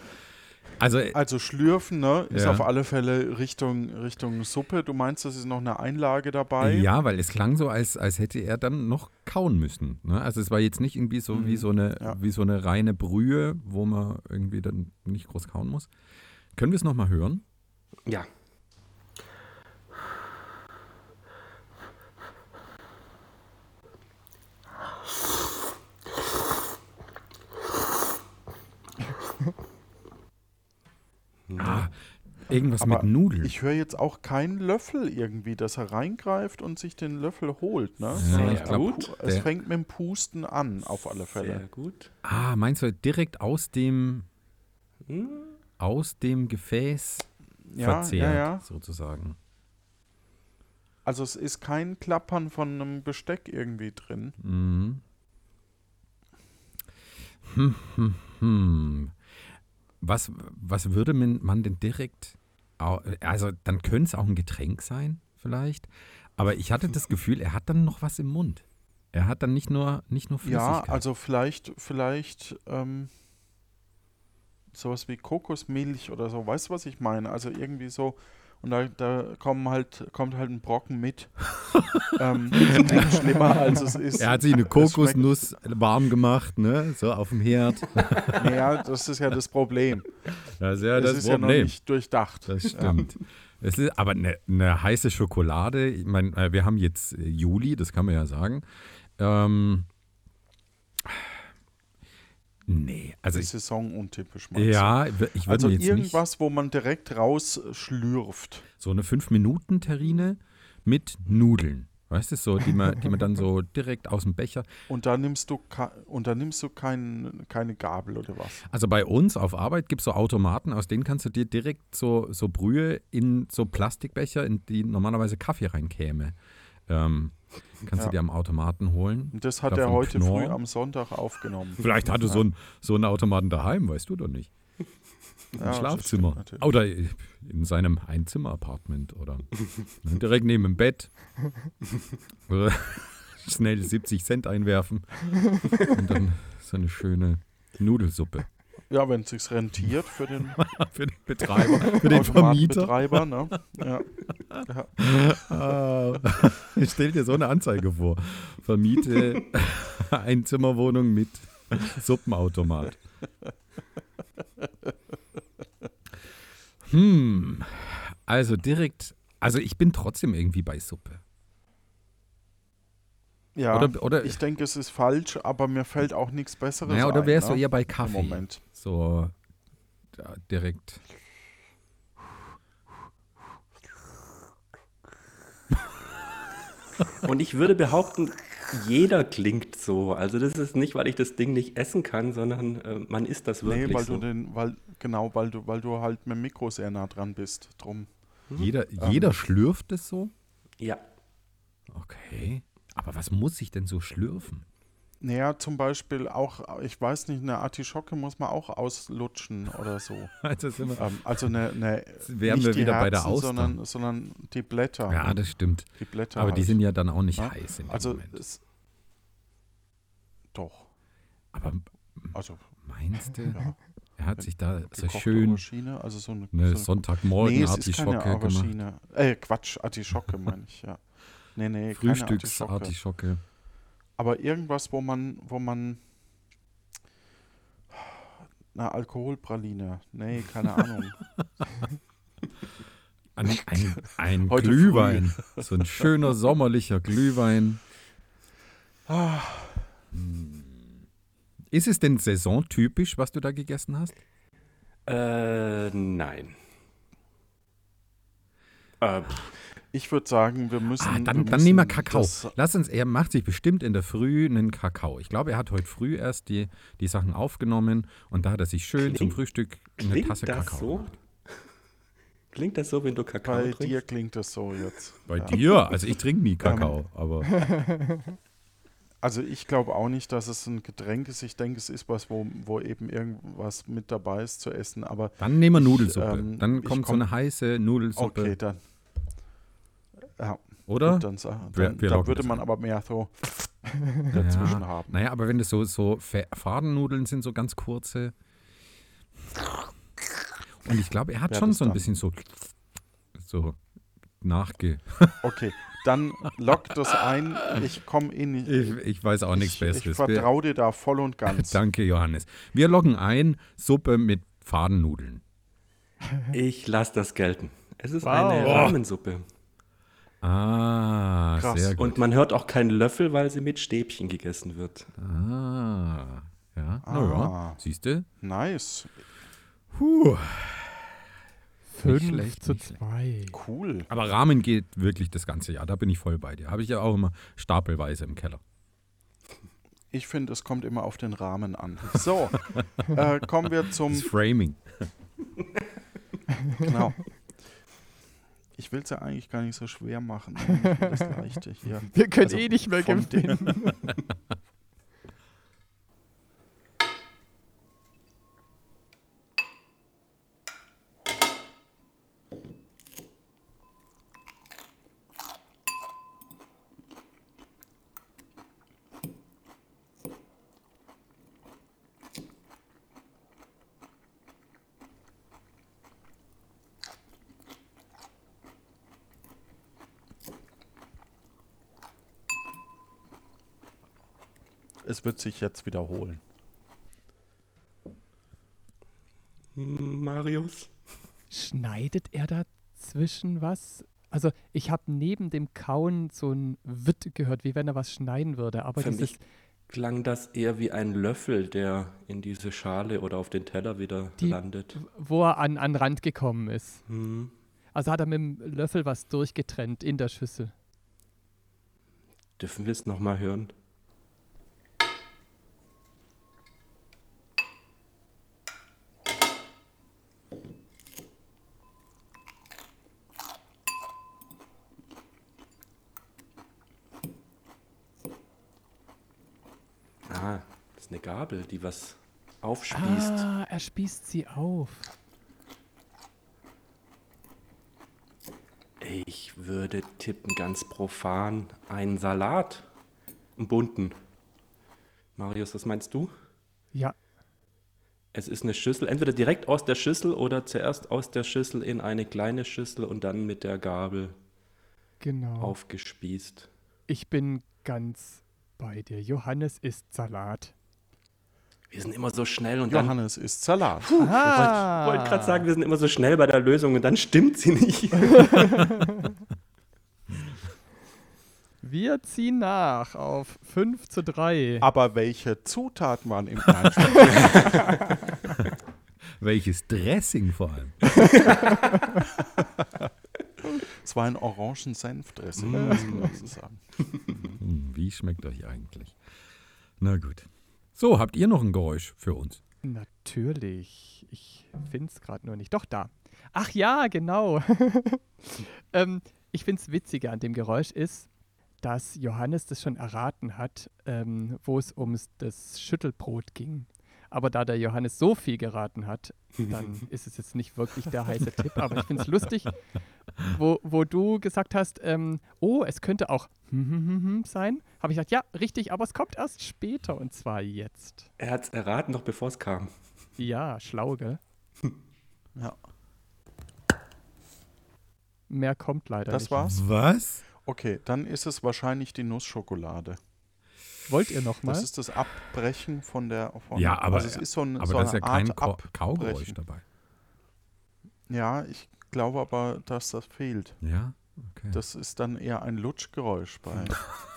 [SPEAKER 3] Also, äh,
[SPEAKER 2] Also schlürfen, ne? Ist
[SPEAKER 3] Ja.
[SPEAKER 2] auf alle Fälle Richtung, Richtung Suppe. Du meinst, es ist noch eine Einlage dabei?
[SPEAKER 3] ja, weil es klang so, als, als hätte er dann noch kauen müssen. Ne? Also es war jetzt nicht irgendwie so wie so eine
[SPEAKER 2] Mhm. ja.
[SPEAKER 3] wie so eine reine Brühe, wo man irgendwie dann nicht groß kauen muss. Können wir es nochmal hören?
[SPEAKER 4] Ja,
[SPEAKER 3] Irgendwas
[SPEAKER 2] Aber
[SPEAKER 3] mit Nudeln.
[SPEAKER 2] Ich höre jetzt auch keinen Löffel irgendwie, dass er reingreift und sich den Löffel holt. Ne?
[SPEAKER 4] Sehr
[SPEAKER 3] ich glaub,
[SPEAKER 4] gut.
[SPEAKER 2] Es
[SPEAKER 3] der-
[SPEAKER 2] fängt mit dem Pusten an, auf alle
[SPEAKER 4] sehr
[SPEAKER 2] Fälle.
[SPEAKER 4] gut.
[SPEAKER 3] Ah, meinst du direkt aus dem aus dem Gefäß
[SPEAKER 2] Hm? Ja,
[SPEAKER 3] verzehrt,
[SPEAKER 2] ja, ja.
[SPEAKER 3] sozusagen.
[SPEAKER 2] Also es ist kein Klappern von einem Besteck irgendwie drin.
[SPEAKER 3] Mhm. <laughs> Hm, hm, hm. Was, was würde man man denn direkt, au- also dann könnte es auch ein Getränk sein vielleicht, aber ich hatte das Gefühl, er hat dann noch was im Mund. Er hat dann nicht nur, nicht nur
[SPEAKER 2] Ja,
[SPEAKER 3] Flüssigkeit.
[SPEAKER 2] also vielleicht, vielleicht ähm, sowas wie Kokosmilch oder so. Weißt du, was ich meine? Also irgendwie so. Und da, da kommen halt, kommt halt ein
[SPEAKER 3] <laughs>
[SPEAKER 2] Brocken mit. ähm, das klingt schlimmer, als es ist.
[SPEAKER 3] er hat sich
[SPEAKER 2] <laughs>
[SPEAKER 3] eine
[SPEAKER 2] Es schmeckt-
[SPEAKER 3] Kokosnuss warm gemacht, ne? so auf dem Herd.
[SPEAKER 2] Naja, das ist ja das Problem.
[SPEAKER 3] Das ist ja
[SPEAKER 2] das,
[SPEAKER 3] das,
[SPEAKER 2] ist ja noch
[SPEAKER 3] Problem.
[SPEAKER 2] nicht durchdacht.
[SPEAKER 3] Das stimmt. Es ist aber eine ne heiße Schokolade. Ich meine, äh, wir haben jetzt äh, Juli, das kann man ja sagen. Ähm, nee, also
[SPEAKER 2] Das
[SPEAKER 3] ich,
[SPEAKER 2] ist saisonuntypisch, meinst du?
[SPEAKER 3] ja, ich wür- ich würde
[SPEAKER 2] Also
[SPEAKER 3] mir jetzt
[SPEAKER 2] irgendwas, wo man direkt rausschlürft.
[SPEAKER 3] nicht so eine 5-Minuten-Terrine mit Nudeln. Weißt du, so, die man, die man dann so direkt aus dem Becher.
[SPEAKER 2] Und da nimmst du, ke- und da nimmst du kein, keine Gabel oder was.
[SPEAKER 3] Also bei uns auf Arbeit gibt es so Automaten, aus denen kannst du dir direkt so, so Brühe in so Plastikbecher, in die normalerweise Kaffee reinkäme. Ähm, kannst
[SPEAKER 2] Ja.
[SPEAKER 3] du dir am Automaten holen.
[SPEAKER 2] Und das hat
[SPEAKER 3] Oder
[SPEAKER 2] er
[SPEAKER 3] vom
[SPEAKER 2] heute
[SPEAKER 3] Knorr.
[SPEAKER 2] früh am Sonntag aufgenommen.
[SPEAKER 3] Vielleicht hatte so ein, so ein Automaten daheim, weißt du doch nicht. Im
[SPEAKER 2] Ja, das
[SPEAKER 3] Schlafzimmer.
[SPEAKER 2] stimmt natürlich.
[SPEAKER 3] Oder in seinem Einzimmer-Apartment
[SPEAKER 2] <laughs>
[SPEAKER 3] oder ne, direkt neben dem Bett. Oder <laughs> schnell 70 Cent einwerfen und dann so eine schöne Nudelsuppe <laughs>
[SPEAKER 2] Ja, wenn es sich rentiert für den,
[SPEAKER 3] für den Betreiber, <laughs> für den Vermieter.
[SPEAKER 2] Automatenbetreiber. Ne? Ja. Ja.
[SPEAKER 3] Ah, <laughs> Ich stell dir so eine Anzeige vor. Vermiete <laughs> Einzimmerwohnung mit Suppenautomat. Hm, also direkt, also ich bin trotzdem irgendwie bei Suppe.
[SPEAKER 2] ja.
[SPEAKER 3] Oder- oder-
[SPEAKER 2] ich denke, es ist falsch, aber mir fällt auch nichts Besseres
[SPEAKER 3] Naja, oder
[SPEAKER 2] ein.
[SPEAKER 3] wärst du
[SPEAKER 2] ne?
[SPEAKER 3] eher bei
[SPEAKER 2] Im
[SPEAKER 3] Kaffee?
[SPEAKER 2] Moment.
[SPEAKER 3] So ja, direkt.
[SPEAKER 4] Und ich würde behaupten, jeder klingt so. Also das ist nicht, weil ich das Ding nicht essen kann, sondern äh, man isst das wirklich
[SPEAKER 2] Nee, weil
[SPEAKER 4] so.
[SPEAKER 2] du den, weil, genau, weil du, weil du halt mit dem Mikro sehr nah dran bist. Drum.
[SPEAKER 3] Jeder,
[SPEAKER 2] Ähm.
[SPEAKER 3] jeder schlürft es so?
[SPEAKER 4] ja.
[SPEAKER 3] Okay. Aber was muss ich denn so schlürfen? <laughs>
[SPEAKER 2] Naja, zum Beispiel auch, ich weiß nicht, eine Artischocke muss man auch auslutschen oder so.
[SPEAKER 3] Also sind wir-
[SPEAKER 2] ähm, also eine, eine
[SPEAKER 3] wären
[SPEAKER 2] nicht
[SPEAKER 3] wir
[SPEAKER 2] die
[SPEAKER 3] wieder bei
[SPEAKER 2] Herzen,
[SPEAKER 3] der Austern.
[SPEAKER 2] sondern, sondern die Blätter.
[SPEAKER 3] ja, das stimmt.
[SPEAKER 2] die Blätter.
[SPEAKER 3] Aber die
[SPEAKER 2] halt.
[SPEAKER 3] sind ja dann auch nicht
[SPEAKER 2] Ja,
[SPEAKER 3] heiß in dem
[SPEAKER 2] also
[SPEAKER 3] Moment.
[SPEAKER 2] es- doch.
[SPEAKER 3] Aber Hm.
[SPEAKER 2] Also
[SPEAKER 3] meinst du, er hat sich da so
[SPEAKER 2] gekochte
[SPEAKER 3] schön
[SPEAKER 2] Aubergine, also so eine,
[SPEAKER 3] eine
[SPEAKER 2] so
[SPEAKER 3] Sonntagmorgen
[SPEAKER 2] nee, es ist keine
[SPEAKER 3] Artischocke gemacht?
[SPEAKER 2] Aubergine. Äh, Quatsch, Artischocke meine ich, ja. Nee, nee, keine Artischocke.
[SPEAKER 3] Frühstücksartischocke.
[SPEAKER 2] Aber irgendwas, wo man, wo man eine Alkoholpraline. Nee,
[SPEAKER 3] <laughs>
[SPEAKER 2] keine Ahnung.
[SPEAKER 3] Ein, Ah,
[SPEAKER 2] <laughs>
[SPEAKER 3] ein, ein
[SPEAKER 2] Heute
[SPEAKER 3] Glühwein. So ein schöner sommerlicher Glühwein. Hm. Ist es denn saisontypisch, was du da gegessen hast?
[SPEAKER 4] Äh, nein. Äh, pff,
[SPEAKER 2] Ich würde sagen, wir müssen.
[SPEAKER 3] Ah, dann,
[SPEAKER 2] wir
[SPEAKER 3] dann nehmen wir
[SPEAKER 2] müssen
[SPEAKER 3] Kakao.
[SPEAKER 2] das-
[SPEAKER 3] Lass uns, er macht sich bestimmt in der Früh einen Kakao. Ich glaube, er hat heute früh erst die, die Sachen aufgenommen und da hat er sich schön zum
[SPEAKER 4] Klingt-
[SPEAKER 3] Frühstück eine
[SPEAKER 4] klingt
[SPEAKER 3] Tasse
[SPEAKER 4] das
[SPEAKER 3] Kakao
[SPEAKER 4] so?
[SPEAKER 3] gemacht.
[SPEAKER 4] Klingt das so, wenn du Kakao
[SPEAKER 2] Bei
[SPEAKER 4] trinkst?
[SPEAKER 2] dir klingt das so jetzt.
[SPEAKER 3] Bei dir? Also ich trinke nie Kakao, aber
[SPEAKER 2] Also ich glaube auch nicht, dass es ein Getränk ist. Ich denke, es ist was, wo, wo eben irgendwas mit dabei ist zu essen. Aber
[SPEAKER 3] dann nehmen wir Nudelsuppe.
[SPEAKER 2] ähm,
[SPEAKER 3] dann
[SPEAKER 2] <laughs> ich
[SPEAKER 3] kommt so
[SPEAKER 2] komm-
[SPEAKER 3] eine heiße Nudelsuppe,
[SPEAKER 2] okay, dann. Ja,
[SPEAKER 3] oder?
[SPEAKER 2] gut, dann, sa-
[SPEAKER 3] Wir-
[SPEAKER 2] dann,
[SPEAKER 3] wir
[SPEAKER 2] da
[SPEAKER 3] locken
[SPEAKER 2] würde
[SPEAKER 3] das
[SPEAKER 2] man
[SPEAKER 3] ein.
[SPEAKER 2] aber mehr so dazwischen haben.
[SPEAKER 3] Naja, aber wenn das so, so Fa- Fadennudeln sind, so ganz kurze. Und ich glaube, er hat
[SPEAKER 2] Ja,
[SPEAKER 3] schon
[SPEAKER 2] das
[SPEAKER 3] so ein
[SPEAKER 2] dann.
[SPEAKER 3] bisschen so, so nachge.
[SPEAKER 2] Okay, dann lock das ein. Ich komme in.
[SPEAKER 3] Ich, ich weiß auch nichts
[SPEAKER 2] ich,
[SPEAKER 3] Besseres.
[SPEAKER 2] Ich
[SPEAKER 3] Wir-
[SPEAKER 2] vertraue dir da voll
[SPEAKER 3] <laughs>
[SPEAKER 2] und ganz.
[SPEAKER 3] Danke, Johannes. Wir loggen ein, Suppe mit Fadennudeln.
[SPEAKER 4] Ich lasse das gelten. Es ist
[SPEAKER 1] Wow.
[SPEAKER 4] eine
[SPEAKER 1] Oh.
[SPEAKER 4] Rahmensuppe.
[SPEAKER 3] Ah,
[SPEAKER 2] Krass.
[SPEAKER 3] sehr gut.
[SPEAKER 4] Und man hört auch keinen Löffel, weil sie mit Stäbchen gegessen wird.
[SPEAKER 3] Ah, ja. Naja,
[SPEAKER 2] Ah.
[SPEAKER 3] siehst du?
[SPEAKER 2] Nice,
[SPEAKER 3] Nicht
[SPEAKER 1] 5
[SPEAKER 3] schlecht,
[SPEAKER 1] zu
[SPEAKER 3] nicht schlecht.
[SPEAKER 1] 2.
[SPEAKER 2] cool.
[SPEAKER 3] Aber Rahmen geht wirklich das ganze Jahr. Da bin ich voll bei dir. Habe ich ja auch immer stapelweise im Keller.
[SPEAKER 2] Ich finde, es kommt immer auf den Rahmen an. So, äh, kommen
[SPEAKER 3] <laughs>
[SPEAKER 2] wir zum.
[SPEAKER 3] Das Framing.
[SPEAKER 2] Genau. <laughs> Ich will es ja eigentlich gar nicht so schwer machen. ne? Ich will Das Leichte hier.
[SPEAKER 1] <laughs> Wir können
[SPEAKER 2] Also
[SPEAKER 1] eh nicht mehr
[SPEAKER 2] von
[SPEAKER 1] <laughs>
[SPEAKER 2] dem-
[SPEAKER 1] gewinnen.
[SPEAKER 2] Es wird sich jetzt wiederholen.
[SPEAKER 4] Hm, Marius?
[SPEAKER 1] Schneidet er dazwischen was? Also ich habe neben dem Kauen so ein Witt gehört, wie wenn er was schneiden würde. Aber
[SPEAKER 4] Für
[SPEAKER 1] dieses,
[SPEAKER 4] mich klang das eher wie ein Löffel, der in diese Schale oder auf den Teller wieder
[SPEAKER 1] Die-
[SPEAKER 4] landet.
[SPEAKER 1] wo er an, an Rand gekommen ist.
[SPEAKER 4] Hm.
[SPEAKER 1] Also hat er mit dem Löffel was durchgetrennt in der Schüssel.
[SPEAKER 4] Dürfen wir es nochmal hören? Ah, das ist eine Gabel, die was aufspießt.
[SPEAKER 1] Ah, er spießt sie auf.
[SPEAKER 4] Ich würde tippen, ganz profan, einen Salat. Einen bunten. Marius, was meinst du?
[SPEAKER 1] Ja,
[SPEAKER 4] Es ist eine Schüssel, entweder direkt aus der Schüssel oder zuerst aus der Schüssel in eine kleine Schüssel und dann mit der Gabel
[SPEAKER 2] Mhm.
[SPEAKER 1] Genau.
[SPEAKER 4] aufgespießt.
[SPEAKER 1] Ich bin ganz bei dir. Johannes isst Salat.
[SPEAKER 4] Wir sind immer so schnell und dann.
[SPEAKER 2] Johannes isst Salat.
[SPEAKER 1] Ah,
[SPEAKER 4] Ich wollte gerade sagen, wir sind immer so schnell bei der Lösung und dann stimmt sie nicht. <laughs>
[SPEAKER 1] wir ziehen nach auf 5 zu 3.
[SPEAKER 2] Aber welche Zutaten waren im
[SPEAKER 1] <laughs>
[SPEAKER 2] Einschlag?
[SPEAKER 3] Welches Dressing vor allem.
[SPEAKER 2] Es war ein Orangensenfdressing,
[SPEAKER 1] Mm.
[SPEAKER 2] muss man dazu sagen.
[SPEAKER 3] Hm, wie schmeckt euch eigentlich? Na gut. So, habt ihr noch ein Geräusch für uns?
[SPEAKER 1] Natürlich. Ich finde es gerade nur nicht. Doch, da. Ach ja, genau. <laughs> ähm, ich finde es witziger an dem Geräusch ist, dass Johannes das schon erraten hat, ähm, wo es um das Schüttelbrot ging. Aber da der Johannes so viel geraten hat, dann ist es jetzt nicht wirklich der heiße Tipp. Aber ich finde es lustig, wo, wo du gesagt hast, ähm, oh, es könnte auch <laughs> sein. Habe ich gesagt, ja, richtig, aber es kommt erst später und zwar jetzt.
[SPEAKER 4] er hat es erraten, noch bevor es kam.
[SPEAKER 1] Ja, schlau, gell?
[SPEAKER 2] Ja.
[SPEAKER 1] Mehr kommt leider
[SPEAKER 2] Das
[SPEAKER 1] nicht.
[SPEAKER 2] war's?
[SPEAKER 3] Was?
[SPEAKER 2] Okay, dann ist es wahrscheinlich die Nussschokolade.
[SPEAKER 1] Wollt ihr noch mal?
[SPEAKER 2] Das ist das Abbrechen von der. Von,
[SPEAKER 3] Ja, aber,
[SPEAKER 2] also es ist so ein,
[SPEAKER 3] aber
[SPEAKER 2] so
[SPEAKER 3] da ist ja
[SPEAKER 2] eine
[SPEAKER 3] kein
[SPEAKER 2] Art
[SPEAKER 3] Kau-
[SPEAKER 2] Abbrechen.
[SPEAKER 3] Kaugeräusch dabei.
[SPEAKER 2] Ja, ich glaube aber, dass das fehlt.
[SPEAKER 3] Ja, okay.
[SPEAKER 2] Das ist dann eher ein Lutschgeräusch bei.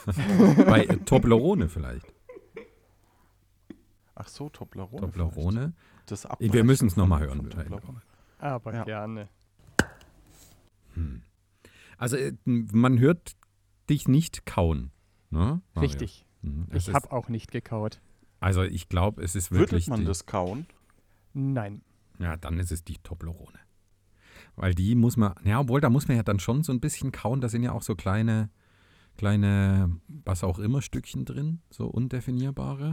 [SPEAKER 3] <laughs> Bei äh, Toblerone vielleicht.
[SPEAKER 2] Ach so, Toblerone. vielleicht.
[SPEAKER 3] Toblerone.
[SPEAKER 2] Das Abbrechen
[SPEAKER 3] Wir müssen es nochmal
[SPEAKER 2] von
[SPEAKER 3] hören.
[SPEAKER 2] Toblerone.
[SPEAKER 1] Aber
[SPEAKER 2] Ja.
[SPEAKER 1] gerne.
[SPEAKER 3] Also äh, man hört dich nicht kauen. Ne? Mario?
[SPEAKER 1] Richtig.
[SPEAKER 3] Mhm. Es
[SPEAKER 1] Ich
[SPEAKER 3] ist-
[SPEAKER 1] habe auch nicht gekaut.
[SPEAKER 3] Also ich glaube, es ist wirklich.
[SPEAKER 2] Würdet man
[SPEAKER 3] die,
[SPEAKER 2] das kauen?
[SPEAKER 1] Nein.
[SPEAKER 3] Ja, dann ist es die Toblerone. Weil die muss man, ja, obwohl, da muss man ja dann schon so ein bisschen kauen. Da sind ja auch so kleine, kleine, was auch immer, Stückchen drin, so undefinierbare.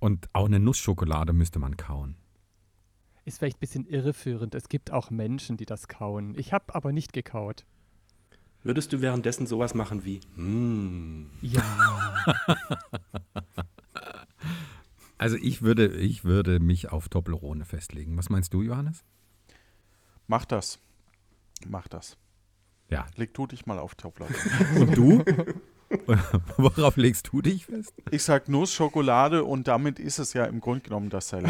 [SPEAKER 3] Und auch eine Nussschokolade müsste man kauen.
[SPEAKER 1] Ist vielleicht ein bisschen irreführend. Es gibt auch Menschen, die das kauen. Ich habe aber nicht gekaut.
[SPEAKER 4] Würdest du währenddessen sowas machen wie, hm,
[SPEAKER 1] Ja.
[SPEAKER 3] Also ich würde, ich würde mich auf Toblerone festlegen. Was meinst du, Johannes?
[SPEAKER 2] Mach das. Mach das.
[SPEAKER 3] Ja.
[SPEAKER 2] Leg du dich mal auf Toblerone. <laughs>
[SPEAKER 3] Und du? <laughs> Worauf legst du dich fest?
[SPEAKER 2] Ich sag Nussschokolade und damit ist es ja im Grunde genommen
[SPEAKER 3] <laughs>
[SPEAKER 2] dasselbe.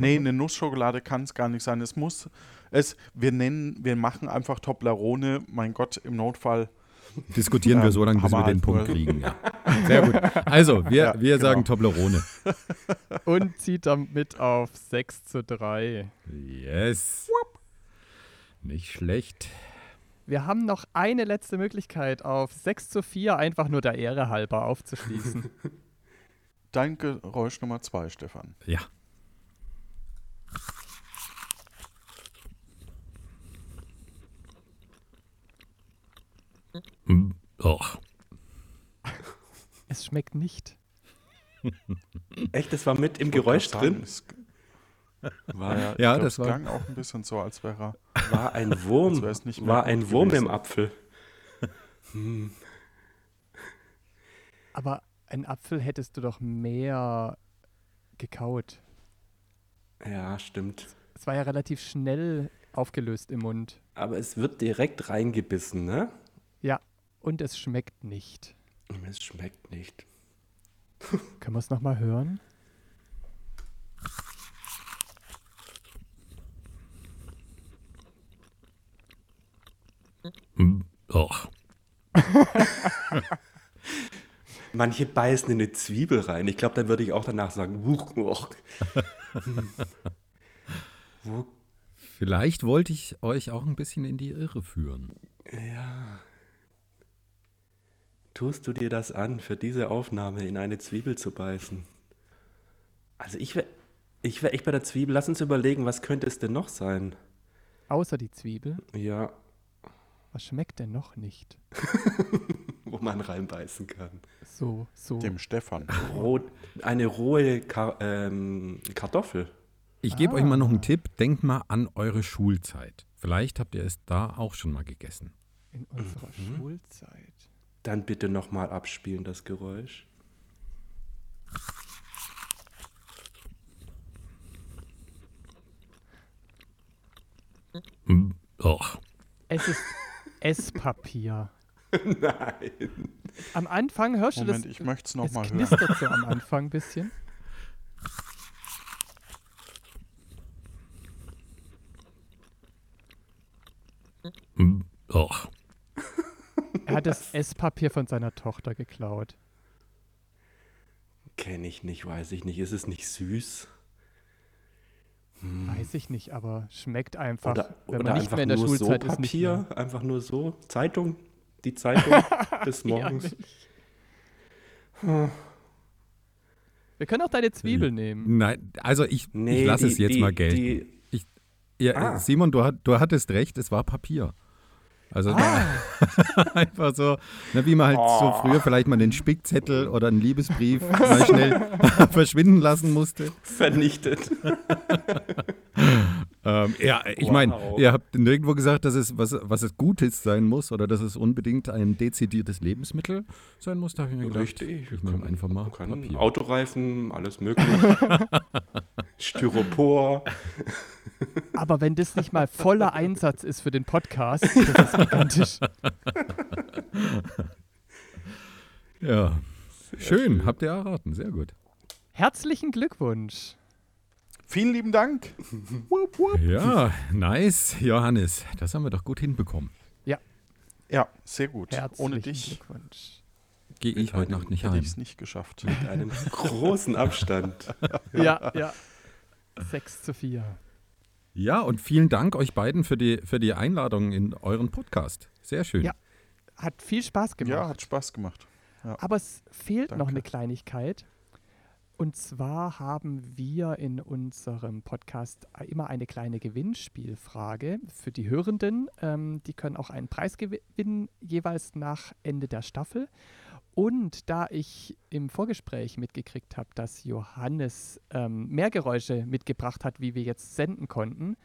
[SPEAKER 2] nee, eine Nussschokolade kann es gar nicht sein. Es muss, es, wir nennen, wir machen einfach Toblerone, mein Gott, im Notfall.
[SPEAKER 3] Diskutieren wir
[SPEAKER 2] Ähm,
[SPEAKER 3] so lange, bis wir
[SPEAKER 2] Hammer
[SPEAKER 3] den
[SPEAKER 2] halt
[SPEAKER 3] Punkt
[SPEAKER 2] wohl.
[SPEAKER 3] kriegen. Ja. Sehr gut. Also, wir,
[SPEAKER 2] Ja,
[SPEAKER 3] wir
[SPEAKER 2] genau.
[SPEAKER 3] sagen Toblerone.
[SPEAKER 2] <laughs>
[SPEAKER 1] Und zieht damit auf 6 zu 3.
[SPEAKER 3] Yes. Nicht schlecht.
[SPEAKER 1] Wir haben noch eine letzte Möglichkeit, auf 6 zu 4 einfach nur der Ehre halber
[SPEAKER 2] <laughs>
[SPEAKER 1] aufzuschließen.
[SPEAKER 2] Dein Geräusch Nummer zwei, Stefan.
[SPEAKER 3] Ja. Mm, Och.
[SPEAKER 1] es schmeckt nicht.
[SPEAKER 4] echt, das war mit im Geräusch drin?
[SPEAKER 2] Es äh,
[SPEAKER 4] War, ja-
[SPEAKER 3] Ah, Ja,
[SPEAKER 2] glaub,
[SPEAKER 3] das
[SPEAKER 2] es
[SPEAKER 3] war. Oh.
[SPEAKER 2] klang auch ein bisschen so, als wäre
[SPEAKER 4] war
[SPEAKER 2] <laughs>
[SPEAKER 4] ein
[SPEAKER 2] Als
[SPEAKER 4] Wurm,
[SPEAKER 2] wär's nicht mehr
[SPEAKER 4] war
[SPEAKER 2] gut
[SPEAKER 4] ein Wurm
[SPEAKER 2] gewesen.
[SPEAKER 4] im Apfel.
[SPEAKER 1] Aber einen Apfel hättest du doch mehr gekaut.
[SPEAKER 4] Ja, stimmt.
[SPEAKER 1] Es war ja relativ schnell aufgelöst im Mund.
[SPEAKER 4] Aber es wird direkt reingebissen, ne?
[SPEAKER 1] Ja, und es schmeckt nicht.
[SPEAKER 4] Es schmeckt nicht.
[SPEAKER 1] Können wir es nochmal hören?
[SPEAKER 3] Mm, Och.
[SPEAKER 4] Manche beißen in eine Zwiebel rein. Ich glaube, dann würde ich auch danach sagen, wuch, <laughs> wuch. Hm. Wo,
[SPEAKER 3] Vielleicht wollte ich euch auch ein bisschen in die Irre führen.
[SPEAKER 4] ja. Tust du dir das an, für diese Aufnahme in eine Zwiebel zu beißen? Also ich wäre ich wär echt bei der Zwiebel. Lass uns überlegen, was könnte es denn noch sein?
[SPEAKER 1] Außer die Zwiebel.
[SPEAKER 4] Ja,
[SPEAKER 1] Was schmeckt denn noch nicht?
[SPEAKER 4] wo man reinbeißen kann.
[SPEAKER 1] So, so.
[SPEAKER 2] dem Stefan.
[SPEAKER 4] Roh, eine rohe Ka ähm, Kartoffel.
[SPEAKER 3] Ich gebe euch mal noch einen Tipp. Denkt mal an eure Schulzeit. Vielleicht habt ihr es da auch schon mal gegessen.
[SPEAKER 1] In unserer Schulzeit.
[SPEAKER 4] Dann bitte nochmal abspielen das Geräusch.
[SPEAKER 6] Mm, Och.
[SPEAKER 1] Es ist Esspapier.
[SPEAKER 4] <laughs> Nein.
[SPEAKER 1] Am Anfang hörst du
[SPEAKER 2] Moment,
[SPEAKER 1] das.
[SPEAKER 2] ich möchte es
[SPEAKER 1] es
[SPEAKER 2] nochmal hören.
[SPEAKER 1] knistert so am Anfang ein bisschen.
[SPEAKER 6] Mm, Och.
[SPEAKER 1] Er hat das Esspapier von seiner Tochter geklaut.
[SPEAKER 4] Kenne ich nicht, weiß ich nicht. Ist es nicht süß?
[SPEAKER 1] Weiß ich nicht, aber schmeckt einfach.
[SPEAKER 4] Oder,
[SPEAKER 1] wenn
[SPEAKER 4] oder
[SPEAKER 1] man nicht
[SPEAKER 4] einfach
[SPEAKER 1] mehr in der
[SPEAKER 4] nur so
[SPEAKER 1] Schulzeit ist, nicht
[SPEAKER 4] Papier?
[SPEAKER 1] mehr.
[SPEAKER 4] Einfach nur so? Zeitung?
[SPEAKER 1] <laughs>
[SPEAKER 4] Die Zeitung des Morgens?
[SPEAKER 1] Wir können auch deine Zwiebel nehmen.
[SPEAKER 3] Nein, also ich,
[SPEAKER 4] Nee,
[SPEAKER 3] ich lasse
[SPEAKER 4] die-
[SPEAKER 3] es jetzt
[SPEAKER 4] die-
[SPEAKER 3] mal gelten.
[SPEAKER 4] die-
[SPEAKER 3] ich, ja, äh,
[SPEAKER 4] Ah.
[SPEAKER 3] Simon, du, hat, du hattest recht, es war Papier. Also
[SPEAKER 4] Ah.
[SPEAKER 3] <laughs> einfach so, ne, wie man halt so
[SPEAKER 4] Oh.
[SPEAKER 3] früher vielleicht mal den Spickzettel oder einen Liebesbrief mal schnell <laughs> verschwinden lassen musste. <laughs>
[SPEAKER 4] Vernichtet.
[SPEAKER 3] Ähm, ja, ich
[SPEAKER 4] Wow.
[SPEAKER 3] meine, ihr habt nirgendwo gesagt, dass es was, was es Gutes sein muss oder dass es unbedingt ein dezidiertes Lebensmittel sein muss. Da habe ich mir gedacht, ich nehme einfach mal
[SPEAKER 4] kann
[SPEAKER 3] Papier.
[SPEAKER 4] Autoreifen,
[SPEAKER 1] <laughs>
[SPEAKER 4] alles mögliche. Styropor.
[SPEAKER 1] Aber wenn das nicht mal voller Einsatz ist für den Podcast, das ist gigantisch.
[SPEAKER 3] Ja, schön, habt ihr erraten, sehr gut.
[SPEAKER 1] Herzlichen Glückwunsch.
[SPEAKER 2] Vielen lieben Dank.
[SPEAKER 3] Ja, nice, Johannes. Das haben wir doch gut hinbekommen.
[SPEAKER 2] Ja, sehr gut.
[SPEAKER 1] Herzlichen
[SPEAKER 2] Ohne dich
[SPEAKER 1] Glückwunsch.
[SPEAKER 3] Gehe ich heute Nacht nicht
[SPEAKER 2] hätte
[SPEAKER 3] heim.
[SPEAKER 2] ich es nicht geschafft.
[SPEAKER 4] Mit einem großen Abstand.
[SPEAKER 1] Ja, ja. 6 zu 4.
[SPEAKER 3] Ja, und vielen Dank euch beiden für die, für die Einladung in euren Podcast. Sehr schön.
[SPEAKER 1] Ja. Hat viel Spaß gemacht.
[SPEAKER 2] Ja, hat Spaß gemacht.
[SPEAKER 1] Aber es fehlt noch
[SPEAKER 2] Danke.
[SPEAKER 1] eine Kleinigkeit. Und zwar haben wir in unserem Podcast immer eine kleine Gewinnspielfrage für die Hörenden. Ähm, die können auch einen Preis gewinnen, jeweils nach Ende der Staffel. Und da ich im Vorgespräch mitgekriegt habe, dass Johannes ähm, mehr Geräusche mitgebracht hat, wie wir jetzt senden konnten,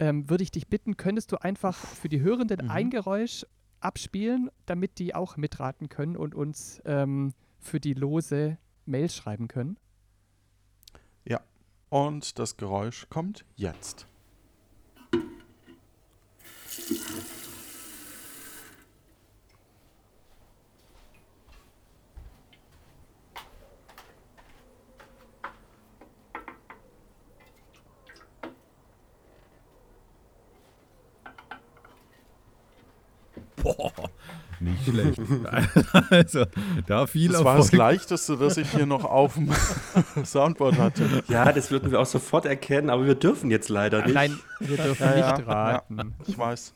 [SPEAKER 1] ähm, würde ich dich bitten, könntest du einfach für die Hörenden ein Geräusch abspielen, damit die auch mitraten können und uns ähm, für die Lose Mail schreiben können.
[SPEAKER 2] Ja. Und das Geräusch kommt jetzt.
[SPEAKER 3] Nicht schlecht. <laughs> also, da viel
[SPEAKER 2] Das war das
[SPEAKER 3] Erfolg.
[SPEAKER 2] Leichteste, das ich hier noch auf dem Soundboard hatte.
[SPEAKER 4] Ja, das würden wir auch sofort erkennen, aber wir dürfen jetzt leider nicht.
[SPEAKER 1] Nein, wir dürfen
[SPEAKER 2] ja,
[SPEAKER 1] nicht
[SPEAKER 2] ja.
[SPEAKER 1] raten.
[SPEAKER 2] Ich weiß.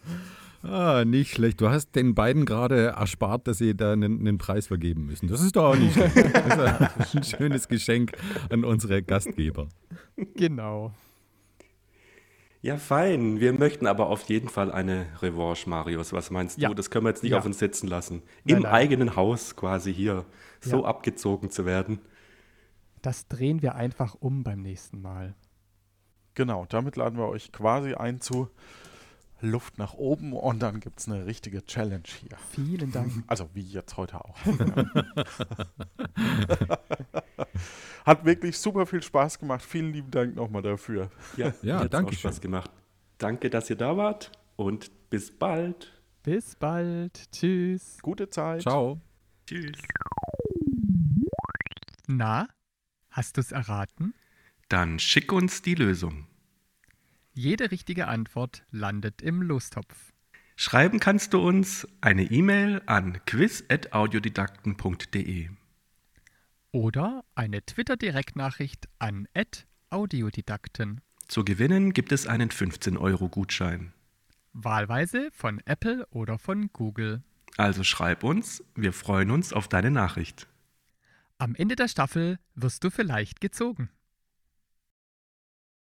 [SPEAKER 3] ah, nicht schlecht. Du hast den beiden gerade erspart, dass sie da einen, einen Preis vergeben müssen. Das ist doch auch nicht schlecht. <laughs> Das ist ein schönes Geschenk an unsere Gastgeber.
[SPEAKER 1] Genau.
[SPEAKER 4] Ja, fein. Wir möchten aber auf jeden Fall eine Revanche, Marius. Was meinst
[SPEAKER 1] Ja.
[SPEAKER 4] du? Das können wir jetzt nicht
[SPEAKER 1] Ja.
[SPEAKER 4] auf uns sitzen lassen.
[SPEAKER 1] Nein,
[SPEAKER 4] Im
[SPEAKER 1] nein.
[SPEAKER 4] eigenen Haus quasi hier so
[SPEAKER 1] Ja.
[SPEAKER 4] abgezogen zu werden.
[SPEAKER 1] Das drehen wir einfach um beim nächsten Mal.
[SPEAKER 2] Genau, damit laden wir euch quasi ein zu Luft nach oben und dann gibt es eine richtige Challenge hier.
[SPEAKER 1] Vielen <laughs> Dank.
[SPEAKER 2] Also wie jetzt heute auch. Hat wirklich super viel Spaß gemacht. Vielen lieben Dank nochmal dafür.
[SPEAKER 4] Ja,
[SPEAKER 3] <laughs> Ja,
[SPEAKER 4] hat's
[SPEAKER 3] danke
[SPEAKER 4] auch Spaß gemacht. Danke, dass ihr da wart und bis bald.
[SPEAKER 1] Bis bald. Tschüss.
[SPEAKER 2] Gute Zeit.
[SPEAKER 3] Ciao.
[SPEAKER 4] Tschüss.
[SPEAKER 1] Na, hast du es erraten?
[SPEAKER 4] Dann schick uns die Lösung.
[SPEAKER 1] Jede richtige Antwort landet im Lostopf.
[SPEAKER 4] Schreiben kannst du uns eine E-Mail an quiz.audiodidakten.de.
[SPEAKER 1] Oder eine Twitter-Direktnachricht an audiodidakten.
[SPEAKER 4] Zu gewinnen gibt es einen 15-Euro-Gutschein.
[SPEAKER 1] Wahlweise von Apple oder von Google.
[SPEAKER 4] Also schreib uns, wir freuen uns auf deine Nachricht.
[SPEAKER 1] Am Ende der Staffel wirst du vielleicht gezogen.